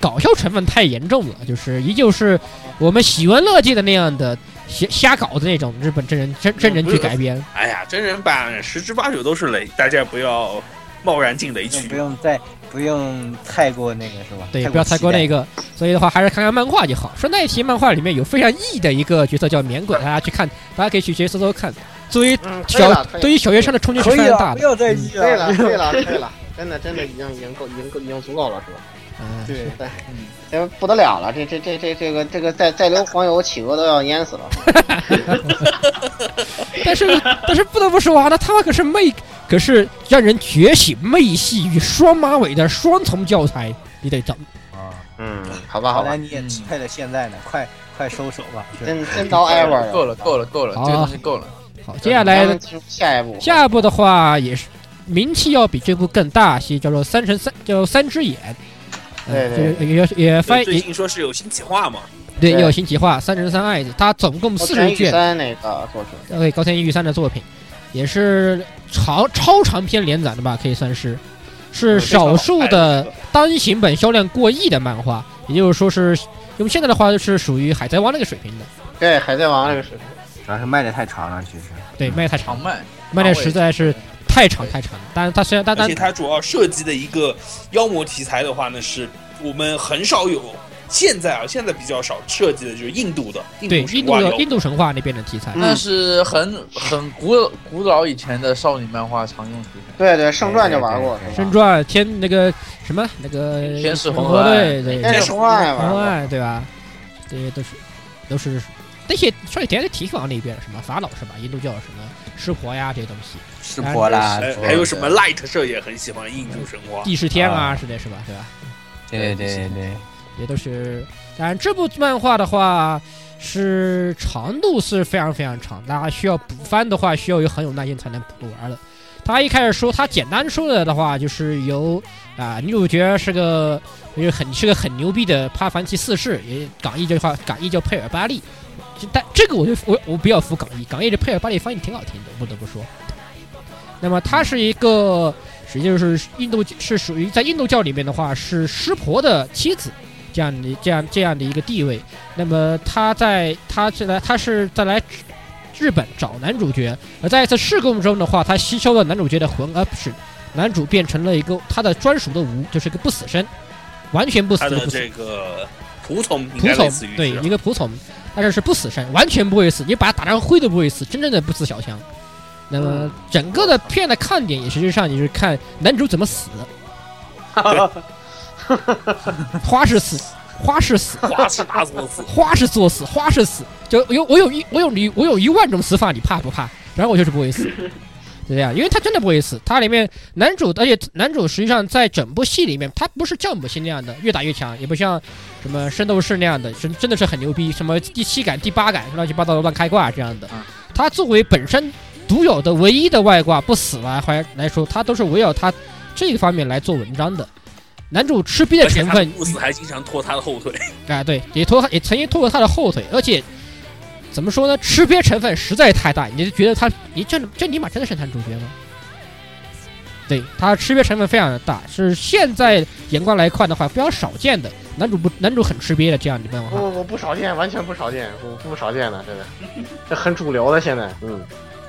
搞笑成分太严重了，就是依旧是我们喜闻乐见的那样的瞎瞎搞的那种日本真人真真人剧改编。哎呀，真人版十之八九都是雷，大家不要贸然进雷就区不。用再不用太过那个是吧？对，不要太过那个。个，所以的话还是看看漫画就好。顺带一提，漫画里面有非常异的一个角色叫免鬼，大家去看，大家可以去直接搜搜看。作为嗯，可以小了，可以了对于小学生的冲击是可以啊非常了，大不的。嗯要再议嗯对了。了，对 了，对了，真的，真的已经已经够，已经够，已经足够了，是吧？嗯，对， 这不得了了，这这这这这个这个再再留黄油，企鹅都要淹死了。 但是但是不得不说啊，那他们可是媚，可是让人觉醒媚系与双马尾的双重教材，你得找啊，嗯，好吧，好好嗯吧歹，你也支配了现在呢，快快收手吧。是真真 到 ever 了。够了，够了，够了，这个好东西够了。好。接下来咱们进入下一步，下一部的话也是名气要比这部更大些，叫做《三神三》，叫《三只眼》。对对对，也也翻对也最近说是有新企划嘛，对，哦也对有新企划《三神三爱子》，它总共四十卷，三那个作品，对高田裕三的作品，也是长超长篇连载的吧，可以算是是少数的单行本销量过亿的漫画，也就是说是用现在的话就是属于《海贼王》那个水平的。对《海贼王》这个水平，主要是卖的太长了，其实。对，卖得太长长了，漫，卖的实在是太长太长了。但是它虽然单而单且它主要涉及的一个妖魔题材的话呢，是我们很少有。现在啊，现在比较少涉及的就是印度的印对度神印度话的妖印度神话那边的题材，那是很很古古老以前的少女漫画常用题材。对对，《圣传》就玩过，对对对是吧身传天那个什么那个天使红河河队岸对天使红河岸也玩红过，哎岸对吧？这些都是都是那些少女点在提防那边什么法老是吧？印度教什么湿婆呀这些东西，湿婆啦哎呃，主要还有是什么？Light 社也很喜欢印度神话。帝释天啊啊之类是吧？对吧？对对对对，也都是。当然，这部漫画的话是长度是非常非常长，大家需要补番的话，需要有很有耐心才能补完的。他一开始说，他简单说了的话，就是由啊、女主角是个就是很是个很牛逼的帕凡奇四世，也港译这句话港译叫佩尔巴利，就但这个我就我我比较服港译，港译的佩尔巴利翻译挺好听的，不得不说。那么它是一个，实际就是印度是属于在印度教里面的话是湿婆的妻子，这样的这样这样的一个地位。那么他在他是来他是在来日本找男主角，而在一次事故中的话，他吸收了男主角的魂，而不是男主变成了一个他的专属的无，就是一个不死身，完全不死他的的不死这 个仆从应仆该类从似于，对是一个仆从，但是是不死身，完全不会死，你把它打成灰都不会死，真正的不死小强。那么整个的片的看点也实际上就是看男主怎么死，花式死，花式死，。花式大作死花式作死，花式死，就有我有一我有你我有一万种死法，你怕不怕？然后我就是不会死， 就这样，因为他真的不会死。他里面男主，而且男主实际上在整部戏里面，他不是教母系那样的越打越强，也不像什么圣斗士那样的，真真啊的是很牛逼，什么第七感、第八感乱七八糟的乱开挂这样的嗯。他作为本身独有的唯一的外挂不死来还来说，它都是围绕它这个方面来做文章的。男主 吃逼的而且成他分们不死还经常拖他的后腿， 啊，对，也拖也曾经拖过他的后腿，而且怎么说呢，吃瘪成分实在太大，你就觉得他，你这这尼玛真的是男主角吗？对他吃瘪成分非常的大，是现在眼光来看的话非常少见的。男主不，男主很吃瘪的这样的漫不哦画，不不不少见，完全不少见，不不少见了，真的，这很主流的现在，嗯，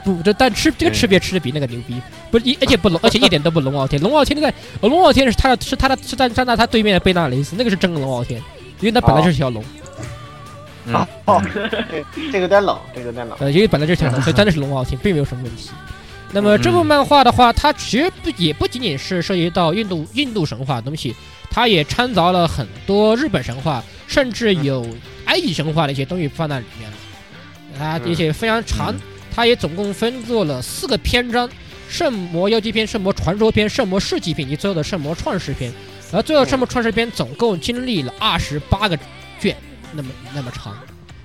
不，这但吃这个吃瘪吃的比那个牛逼，不是一而且不龙，而且一点都不龙傲天。龙傲天那个，呃龙傲天是他的是他的是站站在他对面的贝纳雷斯，那个是真龙傲天，因为他本来就是条龙，哦，这这个有点冷，这个有点冷。呃，因为本来就是条龙，所以真的是龙傲天，并没有什么问题。那么这部漫画的话，它其实不也不仅仅是涉及到印度印度神话的东西，它也掺杂了很多日本神话，甚至有埃及神话的一些东西放在里面了。它而且非常长，它也总共分作了四个篇章：圣魔妖姬篇、圣魔传说篇、圣魔世纪篇以及最后的圣魔创世篇。而最后圣魔创世篇总共经历了二十八个卷，那么那么长，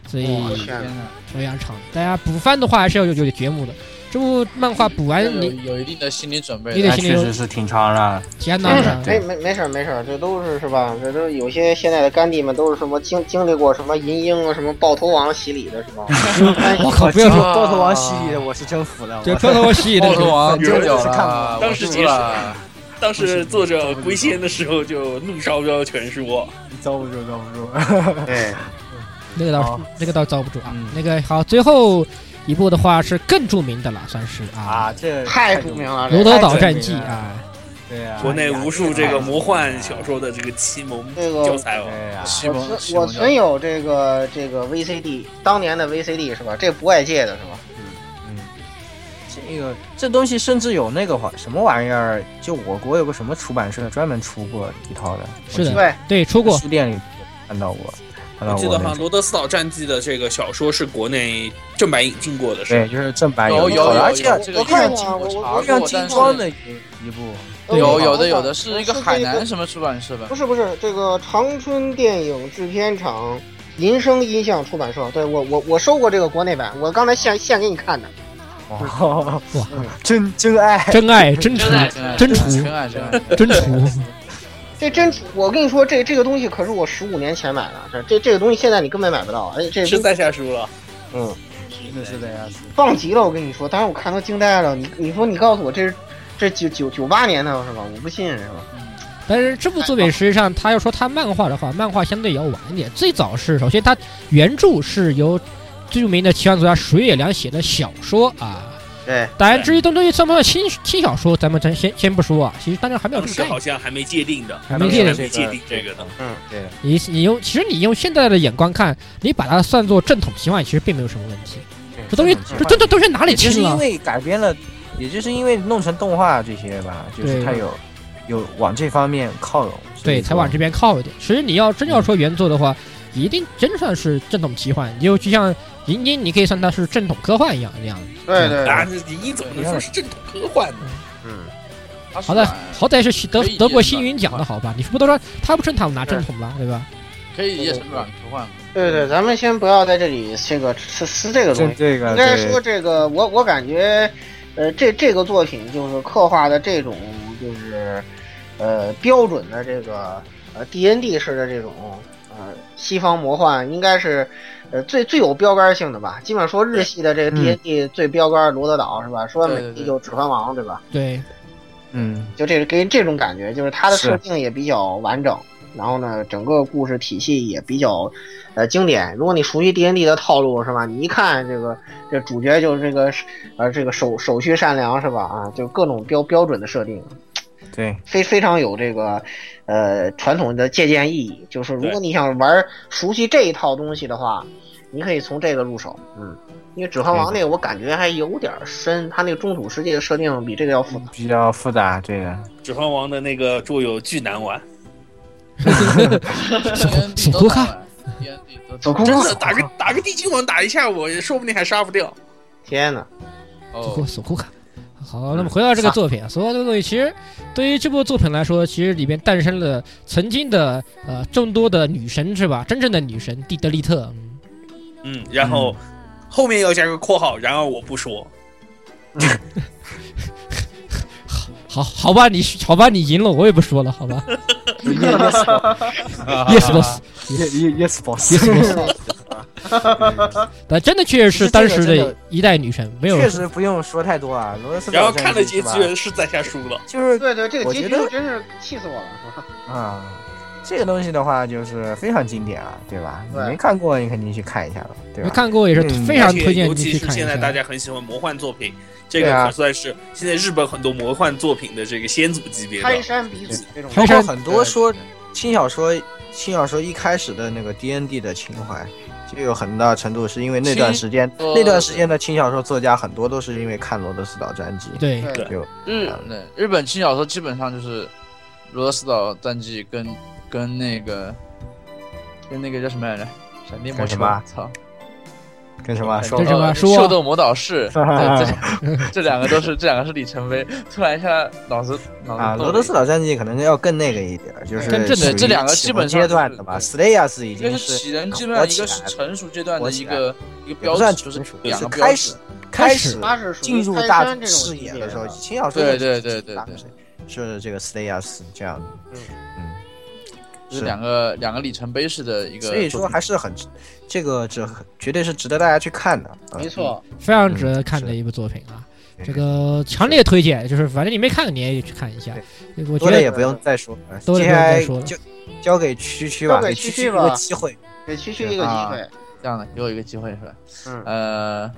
所以我天哪，非常长。大家补番的话还是要有有节目的。这部漫画补完有哎你有一定的心理准备哎你的得那心里确有实是挺长的。其他哪没有事啥儿，哎没没没事儿没事儿，这都是是吧？这都有些现在的干弟们都是什么经经历过什么银鹰啊，什么爆头王洗礼的是 吧？嗯我靠，不要 说，爆头王系列我是真服了。这磕头 我洗暴的时龙候，王有救人了是看过啦，当我时输结束了，当时作者归仙的时候就怒烧标全书，遭不住，遭不住。对，那个倒好是那个倒遭不住啊嗯。那个好，最后一部的话是更著名的了，算是啊， 啊，这太著名了， 《这个罗德太岛著战名记》了啊。对啊，国内无数这哎个呀魔幻小说的这个启蒙这个教材哦。对哎啊呀，西蒙我西存我蒙教授存有这个这个 VCD，当年的 VCD 是吧？这不外借的是吧？嗯这个这东西甚至有那个话什么玩意儿，就我国有个什么出版社专门出过一套的，是的，对，对，出 过书店里看到过，看到我记得过好那像《种。罗德斯岛战记》的这个小说是国内正版引进过的，是吧对，就是正版有的有有而且有这个我看印记了我我查我非常过但精是装的一一部，都有有有的我有找的是一是个海这个南什么出版社吧不？是不是，这个长春电影制片厂银声音像出版社，对我我我收过这个国内版，我刚才现现给你看的。哇哇，真真爱，真爱真除 真爱真爱真除真爱真爱，真除，这真，我跟你说，这这个东西可是我十五年前买的，这这这个东西现在你根本买不到，而且这是在下书了。嗯真的是这样子。棒极了，我跟你说，当时我看都惊呆了，你你说你告诉我这是这九九九八年的是吧？我不信是吧？但是这部作品实际上，他要说他漫画的话，漫画相对要晚一点。最早是首先它原著是由著名的奇幻作家水野良写的小说啊。对，当然，至于东东算不算新新小说，咱们咱先先不说啊。其实大家还没有当这时个概好念。像还没界定哦的，还没界定当时还没界定这个呢。你你用其实你用现在的眼光看，你把它算作正统奇幻，其实并没有什么问题。这东西这这这东西哪里也就是轻因了？为改编了，也就是因为弄成动画这些吧，就是对它有有往这方面靠拢，所以对，嗯才往说这边靠一点。其实你要真要说原作的话，一定真算是正统奇幻，就就像《银鹰》，你可以算它是正统科幻一样那样的。对嗯对啊，对，这你怎么能说是正统科幻呢？嗯，好的，好歹是德可以德国也是星云奖的好吧？你不都说他不正统拿正统吧，对吧？可以理解成软科幻。对对，咱们先不要在这里这个吃吃这个东这西，这个应该说对这个，我我感觉，呃，这这个作品就是刻画的这种就是，呃，标准的这个呃 D N D 式的这种呃西方魔幻，应该是呃最最有标杆性的吧。基本上说日系的这个 D N D 最标杆《罗德岛》是吧？说美嗯对对系对就《指环王》对吧？对，嗯就这个给人这种感觉，就是它的是设定也比较完整，然后呢，整个故事体系也比较呃经典。如果你熟悉 D N D 的套路是吧？你一看这个这主角就是这个呃这个手手续善良是吧？啊，就各种标标准的设定，对非非常有这个呃传统的借鉴意义。就是如果对你想玩熟悉这一套东西的话，你可以从这个入手，嗯。因为《指环王》那个我感觉还有点深，它那个中土世界的设定比这个要复杂。比较复杂，对的。 《指环王》的那个桌游巨难玩，哦 DND 走都走打开完，DND 都走空真的打个打个地精王打一下我，说不定还杀不掉。天哪！索哦库，索库卡。好，那么回到这个作品，啊，所有这个东西，其实对于这部作品来说，其实里面诞生了曾经的呃众多的女神是吧？真正的女神蒂德利特，嗯嗯，然后后面要加个括号，然而我不说。好好吧，你好吧，你赢了，我也不说了，好吧 Yes 啊 ，yes boss， Yes boss， Yes, boss 但真的确实是当时的一代女神，没有确实不用说太多啊。罗斯然堡后战看了结记是吧局，人是在下输了。就 是对对，这个我结觉局得真是气死我了。啊、这个东西的话就是非常经典啊，对吧？你对没看过，你肯定去看一下了，对没吧？看过也是嗯非而常且推荐尤你其去是看一现在大下。家很喜欢魔幻作品，这个对啊可算是现在日本很多魔幻作品的这个先祖级别的。开山鼻祖这种，开山包括很多说轻小说，轻小说一开始的那个 D N D 的情怀，就有很大程度是因为那段时间，轻那段时间的轻小说作家很多都是因为看《罗德斯岛战记》对，对就嗯，对，日本轻小说基本上就是《罗斯岛战记》跟跟那个跟那个叫什么来着，《闪电魔干球什么》啊操，跟什么闪说跟什么呃说秀逗魔 导士，对这这两个都是这两个是里程碑。 突然一下脑子脑子啊，《罗动了德斯岛战记》可能要更那个一点，就是更正属于对这两个启基蒙本上阶段的吧。Slayers 已一个经是启人阶火段，一起个来是了成熟阶段的火一起个一个也不标算志，就成是熟，两是个开标始志。开始始他是属于进入开大山众这种视级野别的时候，了轻小说对就对是对对大对众视野是这个 Slayers 这样的，嗯，就是两个两个里程碑式的一个作所品，以说还是很这个这绝对是值得大家去看的，嗯没，错，非常值得看是的一部作品啊。嗯对这个强烈推荐，就是反正你没看，你也去看一下。我觉多了也得不用再说了，多了接也不下用再来说了就交给区区交吧，给给区区区一吧个机会，给区区一个啊机会。这样的，给我一个机会是吧？嗯呃，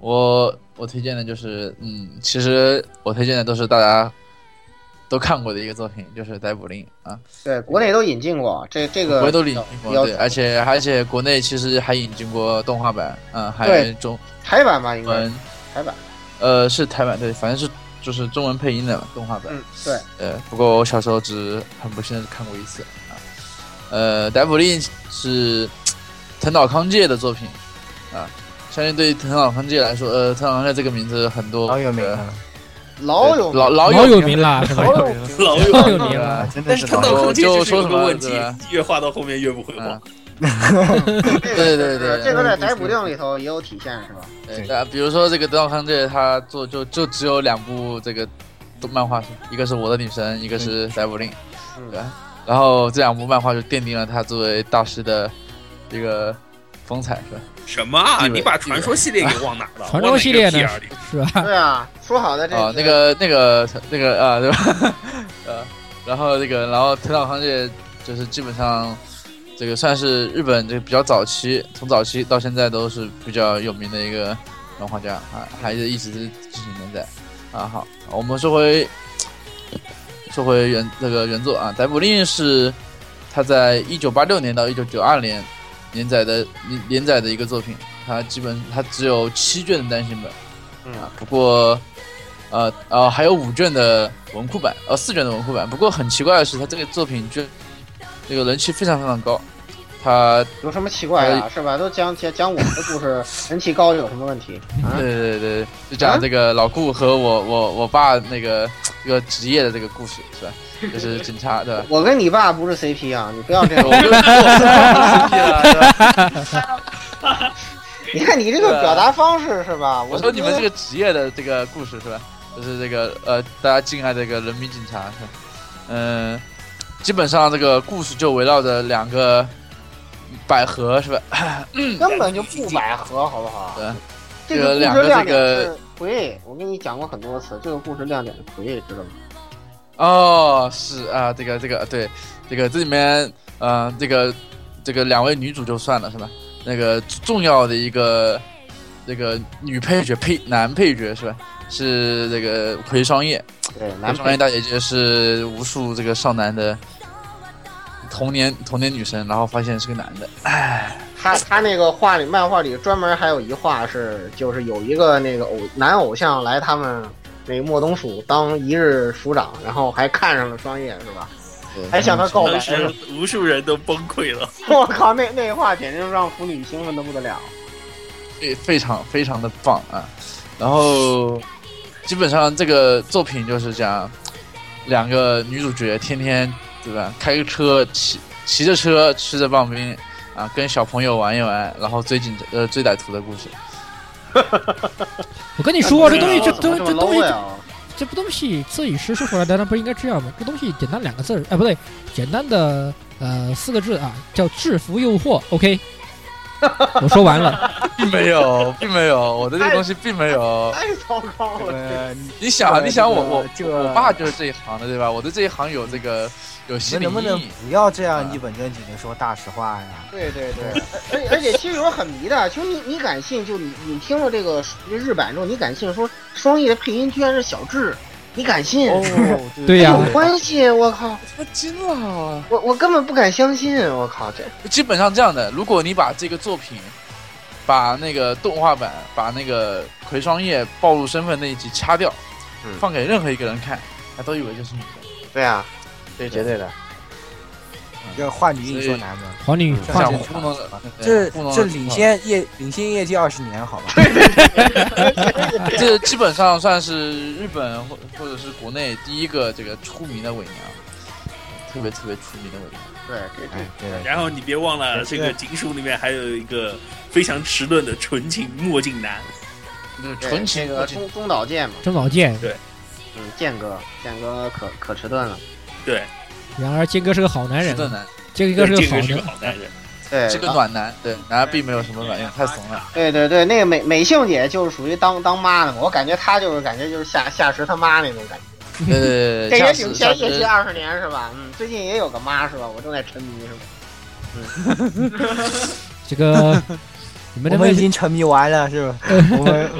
我我推荐的就是，嗯，其实我推荐的都是大家都看过的一个作品，就是《逮捕令》啊，对，国内都引进过这这个，国内都引进过，要对，而且而且国内其实还引进过动画版，嗯，还对中台版吧，应该文是，台版。呃，是台版对，反正是就是中文配音的动画版，嗯，对，呃，不过我小时候只很不幸的看过一次啊。呃，《逮捕令》是藤岛康介的作品啊，相信对藤岛康介来说，呃，藤岛康介这个名字很多老有名啊呃了，老有老老老有有名了，了，是吧？老有老老 有，有名了啊，，真的但是是看老他有到名空间就就是有说什么个问题对吧，越画到后面越不会画嗯。这个对对是对这个在逮捕令里头也有体现， 是吧？对啊，比如说这个藤岛康介，他做就就只有两部这个动漫画，一个是《我的女神》，一个是《逮捕令》，嗯对吧？然后这两部漫画就奠定了他作为大师的一个风采，是吧？什么啊？地位你把传说系列给忘哪了？传说系列呢忘哪个屁眼里是吧？对啊，说好的这啊，那个那个那个啊，对吧？ 呃，然后这个，然后藤岛康介就是基本上这个算是日本这个比较早期，从早期到现在都是比较有名的一个漫画家啊，还是一直是进行连载啊。好，我们说回说回原这个原作啊，《逮捕令》是他在一九八六年到一九九二年连载的连连载的一个作品，它基本它只有七卷的单行本。啊，不过，呃呃，还有五卷的文库版，呃四卷的文库版。不过很奇怪的是，他这个作品居然这个人气非常非常高，他有什么奇怪的，啊是吧？都讲讲讲我们的故事，人气高有什么问题啊？对对对对，就讲这个老顾和我我我爸那个这个职业的这个故事是吧？就是警察 ？对吧我跟你爸不是 CP 啊，你不要这样我。就我就对吧你看你这个表达方式是吧？我我说你们这个职业的这个故事是吧？就是这个呃，大家敬爱的这个人民警察是吧，嗯、基本上这个故事就围绕着两个百合是吧？ 根本就不百合，好不好？对，这个这两故个事亮点这是魁，我跟你讲过很多次，这个故事亮点是魁，知道吗？哦，是啊，这个这个对，这个这里面呃，这个这个两位女主就算了是吧？那个重要的一个这个女配角配男配角是吧？是这个葵双叶，对，葵男双叶配大姐姐是无数这个少男的童年童年女神，然后发现是个男的，他他那个画里漫画里专门还有一画是，就是有一个那个偶男偶像来他们那个莫东署当一日署长，然后还看上了双叶，是吧？ 还向他告白当，时无数人都崩溃了。我靠，那那画简直让腐女兴奋的不得了。非非常非常的棒啊。然后基本上这个作品就是讲两个女主角天天对吧，开个车骑骑着车吃着棒冰啊，跟小朋友玩一玩，然后追警呃追歹徒的故事。我跟你说，这东西，这这东啊这这东西，呀？这不东西自己实说出来的，那不应该这样吗？这东西简单两个字儿，哎，不对，简单的呃四个字啊，叫制服诱惑。OK，我说完了，并没有，并没有，我的这个东西并没有。太哎糟糕了！呃，你你想啊，你想我我这我爸就是这一行的，对吧？我对这一行有这个有你们心理能不能阴影。不要这样一本正经的说大实话呀？对对对，而而且其实有时候很迷的，就你你敢信，就你你听了这个日版之后，你敢信说双翼的配音居然是小智，你敢信？哦，对呀有嗯关系，我靠，他妈惊了啊！我我根本不敢相信，我靠，这基本上这样的，如果你把这个作品，把那个动画版，把那个葵霜叶暴露身份那一集掐掉，嗯放给任何一个人看，他都以为就是你的。对啊，对绝对的。这话女你说难吗？黄女，这这样样糊弄的，这糊弄这得挺领好先业领先业界二十年，好吧？这基本上算是日本或或者是国内第一个这个出名的伪娘，特别特别出名的伪娘。对这哎，对然后你别忘了，这个警署里面还有一个非常迟钝的纯情墨镜男，就是这纯情这个的中中岛健嘛，中岛健。嗯，健哥，健哥可可迟钝了，对，然而健哥是个好男人，的男，健哥对是这个个好是个男，好男人。对，是个啊暖男，对，然而并没有什么卵用，太怂了。对对对，那个美美杏姐就是属于当当妈的嘛，我感觉她就是感觉就是夏夏池他妈那种感觉，对对对，这下也次挺下前也次近二十年是吧？嗯，最近也有个妈是吧？我正在沉迷是吧？这 个你们我能不们已能经沉迷完了，是吧？我们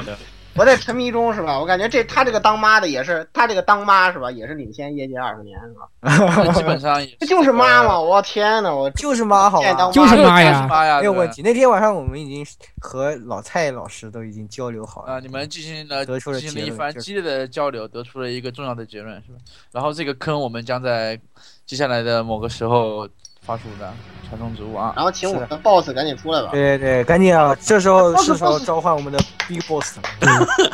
我在沉迷中是吧？我感觉这她这个当妈的也是，她这个当妈是吧？也是领先业界二十年是吧？这基本上也这就是妈嘛，嘛！我天哪，我就是妈，好现在吧当？就是妈妈呀？妈呀，没有问对题。那天晚上我们已经和老蔡老师都已经交流好啊，了你们进行了得出了进行结了一论番就是激烈的交流，得出了一个重要的结论，是吧？然后这个坑我们将在接下来的某个时候发出的传送之物啊， 然后请我们的 boss 赶紧出来吧对对对，赶紧啊！这时候不是是时候不是召唤我们的 Big Boss 了。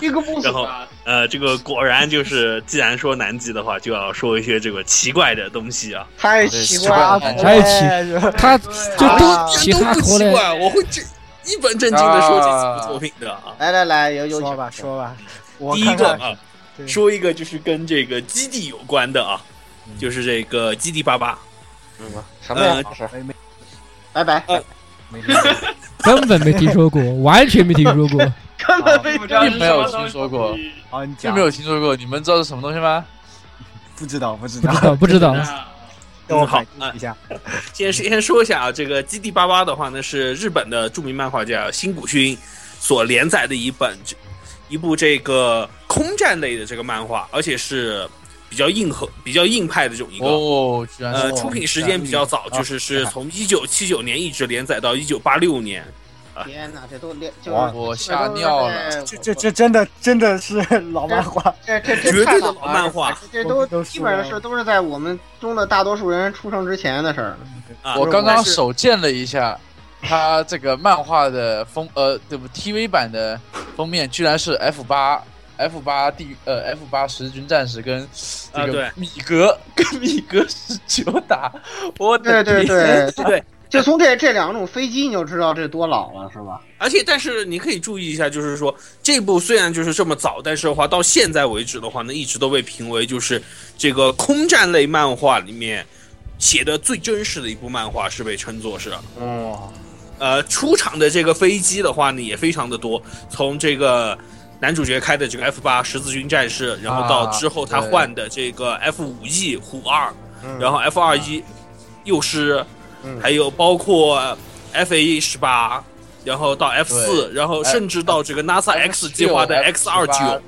，Big Boss 然后吧，呃，这个果然就是，既然说南极的话，就要说一些这个奇怪的东西啊。太奇对怪了，是还有哎是吧他就啊都其他不国奇内怪，我会这一本正经的说这几部作品的啊。来来来，有有说吧请说吧，我第一看个看啊，对说一个就是跟这个基地有关的啊，就是这个基地八八。什么呀？老师拜拜，没听说根本没听 说过，完全没听说过。根本没不知道是并没有什么东听西说过啊，你并讲没有听说过，你们知道是什么东西吗？不知道不知不道知，道，不知道。让我嗯好反应一下。先先说一下啊，这个《基地八八》的话呢，是日本的著名漫画家新谷勋所连载的一本一部这个空战类的这个漫画，而且是比较硬核、比较硬派的这种一个。哦，居然呃，是出品时间比较早，啊就是是从一九七九年一直连载到一九八六年。天哪，这都连就哇是我吓尿了这这这真的真的是老漫画，这这这绝太对的老老漫画了，这都我都基本上是都是在我们中的大多数人出生之前的事儿。啊我刚刚是手贱了一下，它这个漫画的封呃，对不？TV 版的封面居然是 F 八 F 八地呃 F 八十军战士跟啊这对个米格、跟米格十九打，我对的对天！ 对对，就从这这两种飞机你就知道这多老了，是吧？而且，但是你可以注意一下，就是说这部虽然就是这么早，但是的话到现在为止的话呢，一直都被评为就是这个空战类漫画里面写的最真实的一部漫画，是被称作是。哇，呃，出场的这个飞机的话呢，也非常的多，从这个男主角开的这个 F 八十字军战士，然后到啊之后他对换的这个 F 五 E 虎二，然后 F 二一幼师，还有包括 F A 十八，然后到 F 四，然后甚至到这个 NASA X 计划的 X 二九，，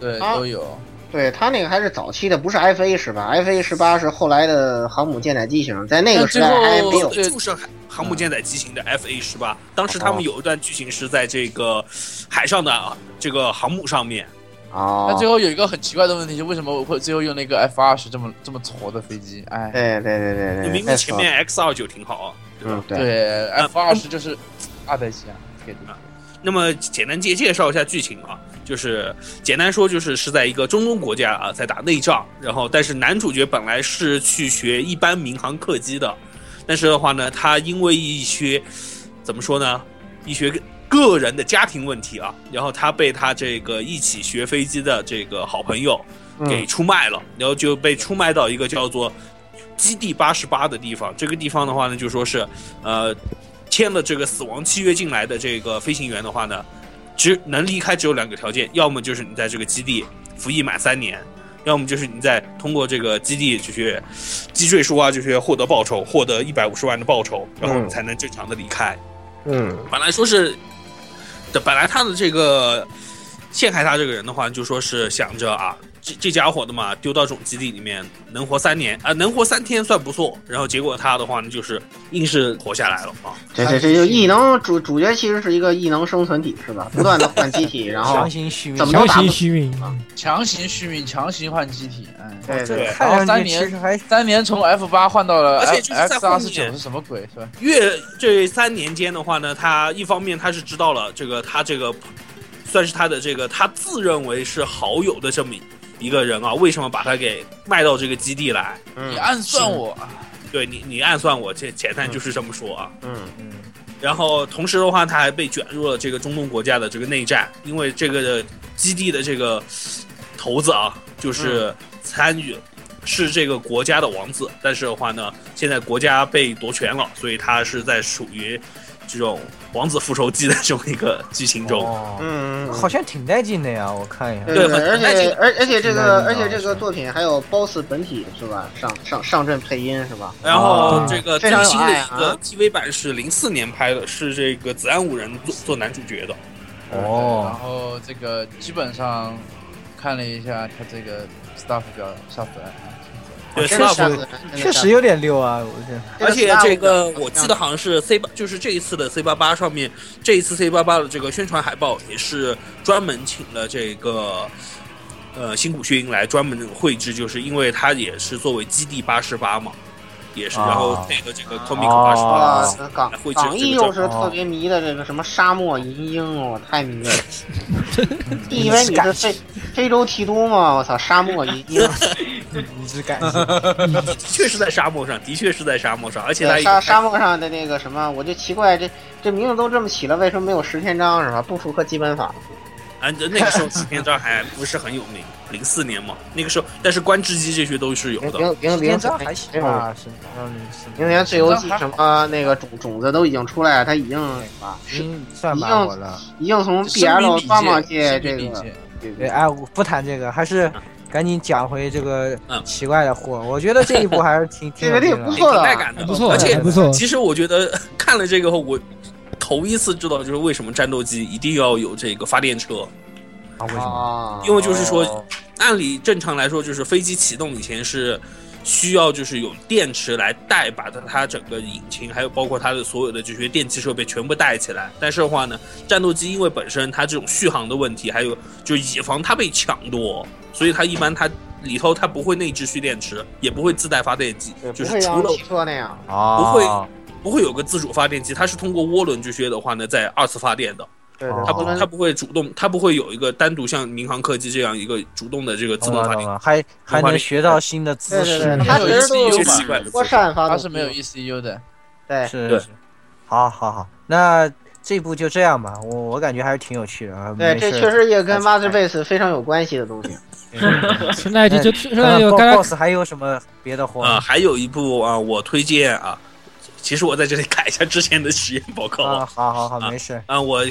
对，啊都有。对他那个还是早期的，不是 F A 十八，F A 十八是后来的航母舰载机型，在那个时代还没有对注射航母舰载机型的 F A 十八。当时他们有一段剧情是在这个海上的啊这个航母上面，哦那最后有一个很奇怪的问题，就为什么我会最后用那个 F 二十这么这么挫的飞机？哎，对对对对对，明那明时前候面 X 二九挺好啊。嗯对，对，F 二十就是二代机啊，给嗯的那么简单介介绍一下剧情啊，就是简单说就是是在一个中东国家啊在打内战，然后但是男主角本来是去学一般民航客机的，但是的话呢，他因为一些怎么说呢，一些个人的家庭问题啊，然后他被他这个一起学飞机的这个好朋友给出卖了，然后就被出卖到一个叫做基地八十八的地方。这个地方的话呢，就说是呃签了这个死亡契约进来的这个飞行员的话呢，只能离开只有两个条件，要么就是你在这个基地服役满三年。要么就是你在通过这个基地就是击坠书啊，就是获得报酬，获得一百五十万的报酬，然后你才能正常的离开。嗯本来说是，的本来他的这个陷害他这个人的话，就说是想着啊，这这家伙的嘛，丢到总基地里面能活三年啊、能活三天算不错。然后结果他的话呢，就是硬是活下来了啊。这这这就异能主主角其实是一个异能生存体是吧？不断的换机体，然 后强行虚怎么名，都强打不行虚名，嗯强行续命，强行换机体，哎，对对对对，看上三去年其实还三年从 F 八换到了而且就是在 X 后二面十九是什么鬼是吧？越这三年间的话呢，他一方面他是知道了这个他这个算是他的这个他自认为是好友的这么一个人啊，为什么把他给卖到这个基地来？你嗯暗算我，对你，你暗算我，这简单就是这么说啊。嗯然后同时的话，他还被卷入了这个中东国家的这个内战，因为这个基地的这个头子啊，嗯就是参与、是这个国家的王子，但是的话呢，现在国家被夺权了，所以他是在属于这种王子复仇记的这么一个剧情中。哦，嗯，好像挺带劲的呀，我看一下。对很而很带且劲而而且这个而很带劲且这个作品还有 BOSS 本体是吧？上上上阵配音是吧？然后这个最非常有新的爱一个啊 TV 版是零四年拍的，是这个子安五人做做男主角的。然哦，后这个基本上看了一下他这个 staff 表下出来，对，是真的吧？吓死人，真的确吓实死有点溜啊，我这。人而且这个我记得好好像是 C 八，就是这一次的 C 八八上面，这一次 C 八八的这个宣传海报也是专门请了这个呃新谷勋来专门绘制，就是因为他也是作为基地八十八嘛，也是，啊然后配合这个 Comic 八十啊八，哇哦，港会这港这艺个又状是特别迷的这个什么沙漠银鹰哦，我太迷了。以为你是非非洲提督吗？我操，沙漠银鹰，你只感 谢，的确是在沙漠上，的确是在沙漠上，而且他对也沙沙漠上的那个什么，我就奇怪，这这名字都这么起了，为什么没有十天章是吧？不符合基本法。啊，那那个时候十天章还不是很有名，零四年嘛，那个时候，但是关之机这些都是有零 的，零零连零章还行吧，是嗯，是零年最游记什么那个种种子都已经出来了，它已经什么已经算已经满我了。已经从生命 BL 理棒棒界解，这生命理个解，对对，对哎，我不谈这个，还是赶紧讲回这个嗯奇怪的货。我觉得这一部还是 挺这挺有个这劲个的不挺错的带啊，感的，还不错，而且还不错，其实我觉得 看了这个后，我头一次知道，就是为什么战斗机一定要有这个发电车，啊！为什么？啊因为就是说，按理正常来说，就是飞机启动以前是需要就是有电池来带把它它整个引擎，还有包括它的所有的这些电器设备全部带起来。但是的话呢，战斗机因为本身它这种续航的问题，还有就以防它被抢夺，所以它一般它里头它不会内置蓄电池，也不会自带发电机对，就不是会除像了汽车那样。啊，不会不会有个自主发电机，它是通过涡轮这些的话呢，在二次发电的，对对，它不不哦能它不会主动，它不会有一个单独像民航客机这样一个主动的这个自懂动哦了发懂电。了，还发还能电学到新的姿对对势对，，它没其有实都一些是奇怪的姿势多扇发动它机，是没有 ECU 的，对，是对是。好好好，那这部就这样吧，我我感觉还是挺有趣的。啊对，没这事 确实也跟还是 Master Base 非常有关系的东西。 现在这就现看在看就该嗯 boss 还有什么别的货啊、？还有一部啊、我推荐啊，其实我在这里改一下之前的实验报告啊，啊、好好好，啊没事。我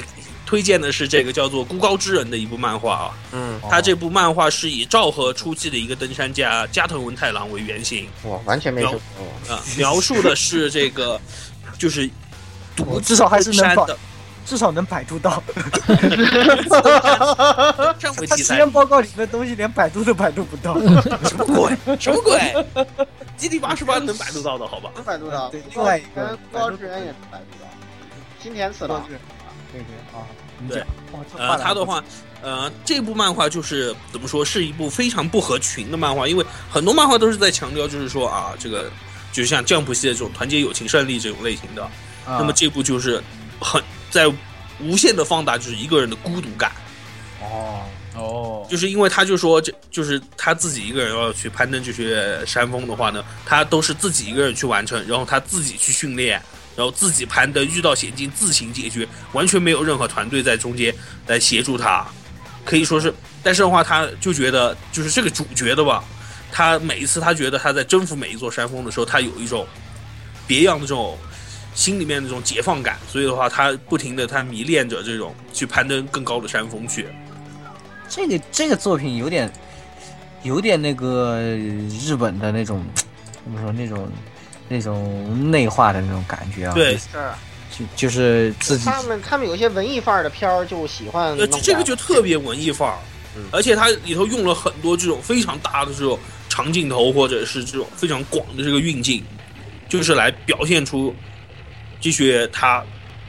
推荐的是这个叫做《孤高之人》的一部漫画啊，嗯，哦它这部漫画是以昭和初期的一个登山家加藤文太郎为原型，我完全没有听说过。 啊、描述的是这个就是独我哦至少还是自能山保，的 至少能百度 到。登山为他题实材验报告里的东西连百度都百度不 到。什么鬼？什么鬼？ 基地八十八能百度到的好吧？能百度到，对另外一个高高志源也是百度到，金田次郎。对啊对啊，对，呃，他的话，呃，这部漫画就是怎么说，是一部非常不合群的漫画，因为很多漫画都是在强调，就是说啊，这个就是像《降谱》系的这种团结、友情、胜利这种类型的。那那么这部就是很在无限的放大，就是一个人的孤独感，哦，哦，就是因为他就说，这就是他自己一个人要去攀登这些山峰的话呢，他都是自己一个人去完成，然后他自己去训练，然后自己盘的，遇到险境自行解决，完全没有任何团队在中间来协助他，可以说是。但是的话，他就觉得就是这个主角的吧，他每一次他觉得他在征服每一座山峰的时候，他有一种别样的这种心里面的这种解放感，所以的话，他不停的他迷恋着这种去攀登更高的山峰去。这个这个作品有点，有点那个呃日本的那种，怎么说那种，那种内化的那种感觉啊。对，是就就是自己他们他们有些文艺范儿的片儿就喜欢呃，这弄这个样就特别文艺范儿嗯，而且它里头用了很多这种非常大的这种长镜头，或者是这种非常广的这个运镜，就是来表现出这些他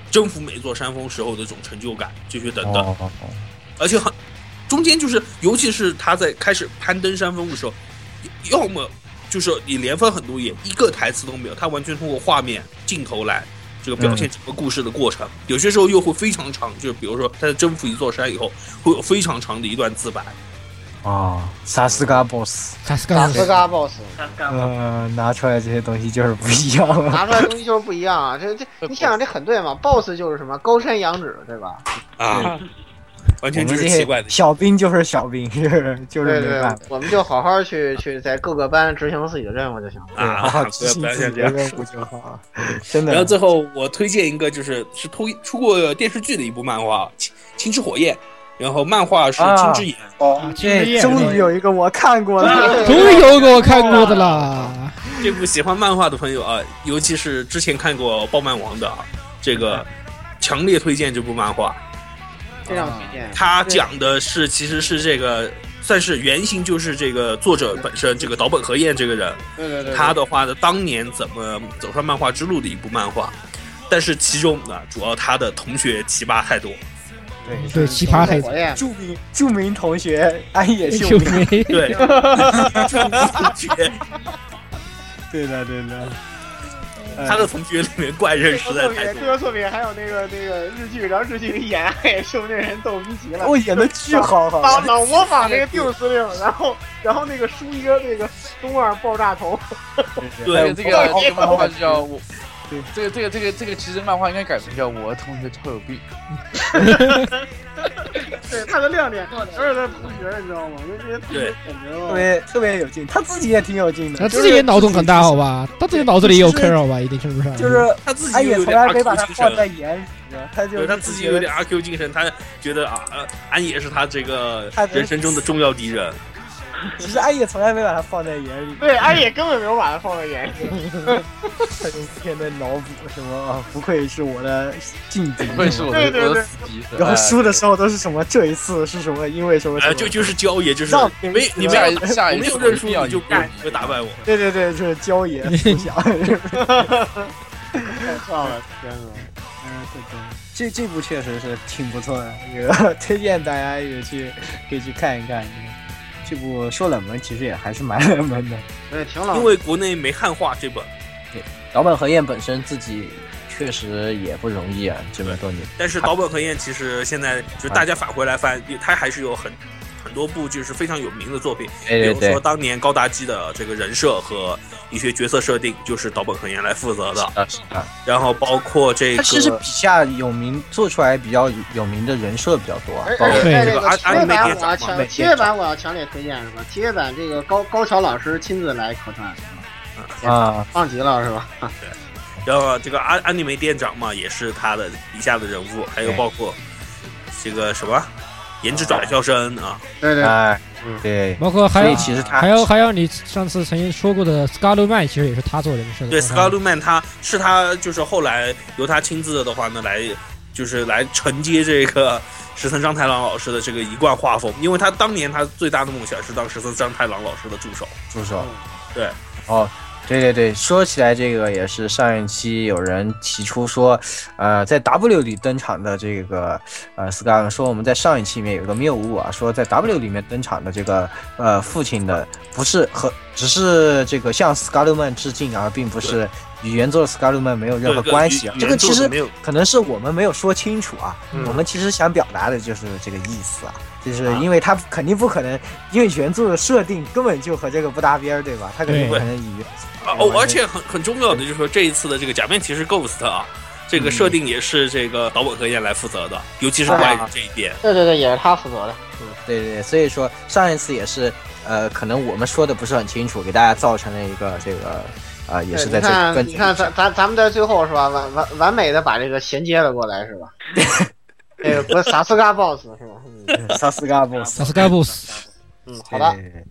征服每座山峰时候的这种成就感，这些等等。哦哦哦而且很中间就是，尤其是他在开始攀登山峰的时候，要么就是你连翻很多页，一个台词都没有，他完全通过画面镜头来这个表现整个故事的过程。有些时候又会非常长，就是比如说他在征服一座山以后，会有非常长的一段自白。哦，萨斯嘎 boss，萨斯打卡斯嘎 boss 嗯呃，拿出来这些东西就是不一样了。拿出来东西就是不一样啊！这这，你想这很对嘛？boss 就是什么高山仰止，对吧？啊，完我全们就这是奇怪些的。小兵就是小兵， 就是就对是没对办法，，我们就好好去去在各个班执行自己的任务 就行了。对 好好啊，不执要行不要自像己这的样。任务就好啊。真的然后，最后我推荐一个，就是是推出过电视剧的一部漫画《青青之火焰》，然后漫画是金枝演，哦啊，这终于有一个我看过了。终于有一个我看过的啦。这部喜欢漫画的朋友啊，尤其是之前看过《爆漫王》的啊，这嗯个强烈推荐这部漫画。非常推嗯荐。它讲的是，其实是这个算是原型，就是这个作者本身，这个岛本和彦这个人，对对嗯对，他的话呢，当年怎么走上漫画之路的一部漫画。但是其中呢，主要他的同学奇葩太 多，对，奇葩哎太火焰，著名著名同学安野秀秀 明，梅，对，同学 对的对的，呃他的同学里面怪人实在太 多。科作品还有那个那个日剧，然后日剧里演哎，秀那人逗逼极了。我演的巨好啊好老吧，老模仿那个定司令，然后然后那个梳一个那个中二爆炸头，哎对这个这个漫画就叫我对，这个这个这个这个其实漫画应该改名叫我同学超有病。对他的亮点都是他同学，你知道吗？因为这些同学感觉特嘛，别特别有劲，他自己也挺有劲的，他就是自己也脑洞很大，哦好吧？他自己脑子里也有坑，好吧？一定程度上嗯就是他自安己野有哎从点来阿没 Q 把他精放神在，眼里，他就对是他自己觉有得点阿 Q 精神，他觉得啊，呃安野是他这个他觉得人生中的重要敌人。其实安野从来没把他放在眼里，对安野根本没有把他放在眼里。 他就不停的脑补什么啊，不愧是我的劲敌，不愧是我的对对对我的死敌。然后输的时时候都是什么？这一次是什么？因为什么什呃，么？就就是交野，就是让别人没你候没有下一打哎下我一没次有认输，一定要你就赢不会不会打败我。对对对，就是椒 爷嗯思想。算了，天哪！嗯，对对，这这部确实是挺不错的，这 个推荐大家也去可以去看一看。这部说冷门，其实也还是蛮 冷门的。 对，挺因冷。为国内没汉化这本，岛本和彦本身自己确实也不容易啊，这么多年。但是岛本和彦其实现在就大家返回来翻，他还是有很很多部就是非常有名的作品，比对对如说对，当年高达基的这个人设和一些角色设定，就是岛本和彦来负责的。啊是啊，然后包括这他其实个笔下有名做出来比较有名的人设比较多啊而，包而括且对这在这个个啊安七安美月版店我要长嘛强，七美月店版我要强烈推荐是吧？七月版这个高高桥老师亲自来客串，啊，棒极了是吧？然后这个安安利梅店长嘛，也是他的笔下的人物，还有对包括这个什么颜值转校生啊，对对，哎嗯，对，包括还所以有其实他还有还有，你上次曾经说过的 Scarlet Man，其实也是他做人设的。对 s c a r l e Man，他是他就是后来由他亲自的话呢来就是来承接这个石森章太郎老师的这个一贯画风，因为他当年他最大的梦想是当石森章太郎老师的助手。助手。嗯对。哦，对对对，说起来这个也是上一期有人提出说，呃，在 W 里登场的这个呃 s c a r 说我们在上一期里面有一个谬误啊，说在 W 里面登场的这个呃父亲的不是和只是这个向 Scarletman 致敬而并不是与原作 Scarletman 没有任对何对关系啊。与这个原作其的实没有可能是我们没有说清楚啊，嗯我们其实想表达的就是这个意思啊，就是啊因为他肯定不可能，因为原作的设定根本就和这个不搭边儿，对吧？他肯定不对可能以原啊哦，而且很很重要的就是说，这一次的这个假面骑士 Ghost 啊，这个设定也是这个岛本和彦来负责的，尤其是关于这一点。对对对，也是他负责的。对对对，所以说上一次也是，呃，可能我们说的不是很清楚，给大家造成了一个这个，呃，也对，是在你这看，跟你看，咱咱咱们在最后是吧，完完完美的把这个衔接了过来是 吧？这个不是萨斯嘎 boss 是吧？嗯 萨斯嘎 boss，萨斯盖布斯，嗯， 好哎的。啊嗯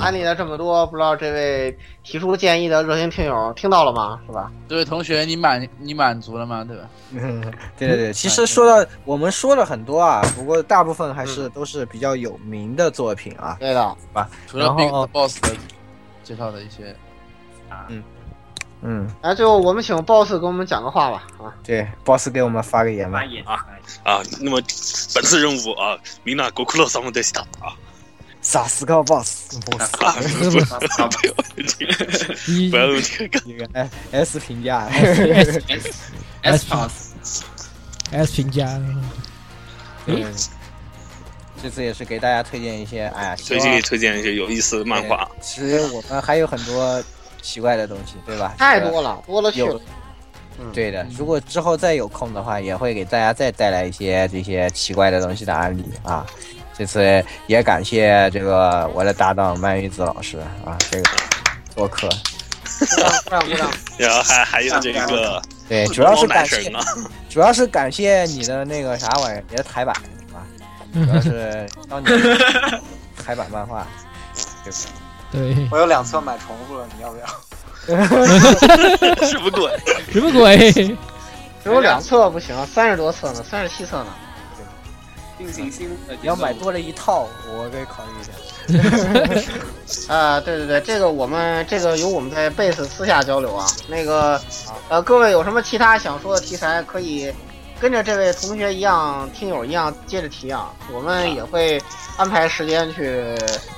安利了这么多，不知道这位提出建议的热心听友听到了吗？是吧？这位同学，你满你满足了吗？对吧？嗯，对对对，其实说到我们说了很多啊，不过大部分还是都是比较有名的作品啊。对的，除了然后 Big 哦 Boss 的介绍的一些，嗯，来，最后我们请 boss 给我们讲个话吧。啊，对，boss 给我们发个言吧发。言啊啊，那么本次任务啊，米娜国库洛桑德西塔啊，萨斯嘎 boss，boss，啊不不不要不用这个，你不要用这个，一个 S S 评价， 哎 S S S Pass， S 评价，诶，这次也是给大家推荐一些，哎呀，希最望近推荐一些有意思的漫画。对其实我们还有很多奇怪的东西，对吧？太这个多了，多了去了嗯有。对的，如果之后再有空的话，也会给大家再带来一些这些奇怪的东西的案例啊。这次也感谢这个我的搭档曼玉子老师啊，这个做客。鼓掌鼓掌。然后还还有这个对，哎主要是男感谢神， 啊，主要是感谢你的那个啥玩意儿，你的台版啊，主要是当你 台版漫画，对不 对，我有两册买重复了，你要不要？什么鬼？什么鬼？只有两册不行，三十多册呢，三十七册呢。进行新的你要买多了一套，我可以考虑一下。啊、对对对，这个我们这个由我们在贝斯私下交流啊。那个，呃，各位有什么其他想说的题材，可以跟着这位同学一样、听友一样接着提啊。我们也会安排时间去，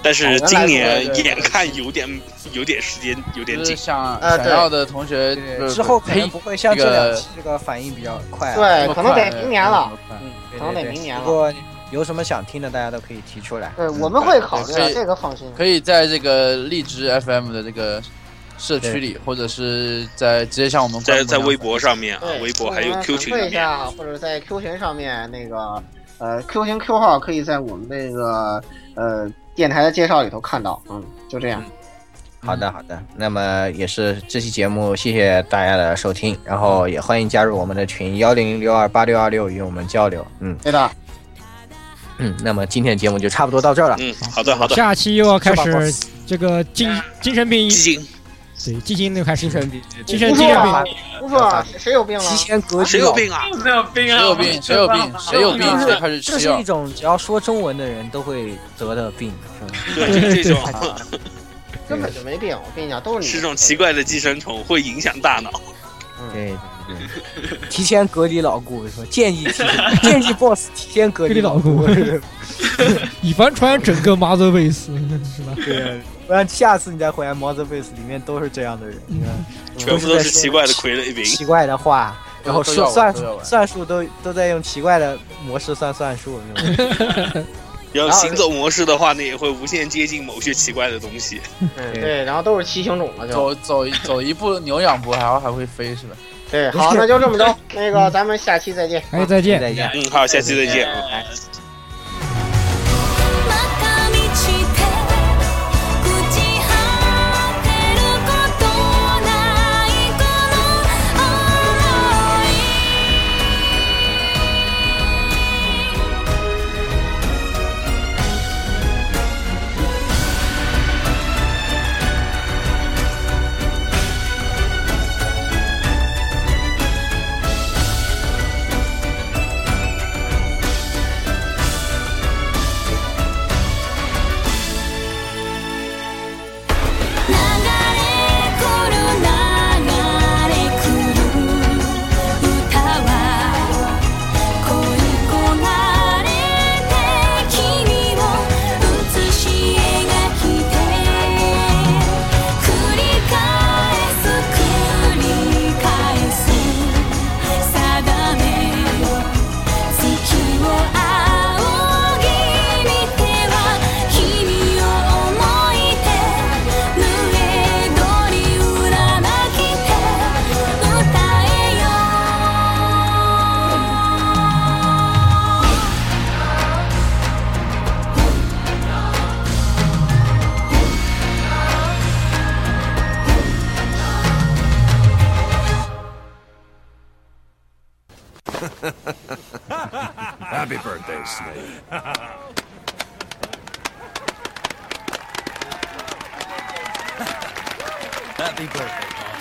但哦是今年对对对眼看有点有点时间有点就是紧，想呃想对要的同学不是之后可呸能不会像这这个两期这个反应比较快啊，对这么哎可能快得明年了，嗯对可能对得嗯对明年不了过有什么想听的，大家都可以提出来。嗯对，我们会考虑可的，以这个放心。可以在这个荔枝 FM 的这个社区里，或者是在直接向我们在官在方微博上面啊对，，微博还我有们 Q 群反馈里一下面，啊，或者在 Q 群上面那个呃 Q 群 Q 号可以在我们那个呃电台的介绍里头看到。嗯，就这样。好的，好的。那么也是这期节目，谢谢大家的收听，然后也欢迎加入我们的群幺零六二八六二六与我们交流。嗯对的，嗯，那么今天的节目就差不多到这儿了。嗯，好的好的，下期又要开是吧始 boss 这个精精神病，啊基金对，基金又开始，精神不说精神病了，不说了，啊谁谁有病了？提前隔谁离有哦，病啊？没有病啊！谁有病谁有病谁有病就是谁开始啊这吃是药一，种只要说中文的人都会得的病，是吧？对，就是这种啊根本就没病，我跟你讲，都是你。是这种奇。怪的寄生虫会影响大脑。对对对，嗯提前隔离老顾，说建议提 前建议 boss 提前隔隔离离老老顾顾，以防传染整个麻泽贝斯，是吧？对，不然下次你再回来 m o t h e r b a s e 里面都是这样的人，你看全部都是奇怪的傀儡兵。奇怪的话，然后都说要算玩都要玩算术都都在用奇怪的模式算算术，是吧要行走模式的话呢，也会无限接近某些奇怪的东西。嗯，对，然后都是七星种了啊就。走走一走一步牛两步，还还会飞是吧？对，好，那就这么着，那个咱们下期再见。哎，再见。再见。嗯，好，下期再见。 「また満ちて朽ち果てることないこの想い」「 Happy birthday, Snake. 大地 birthday。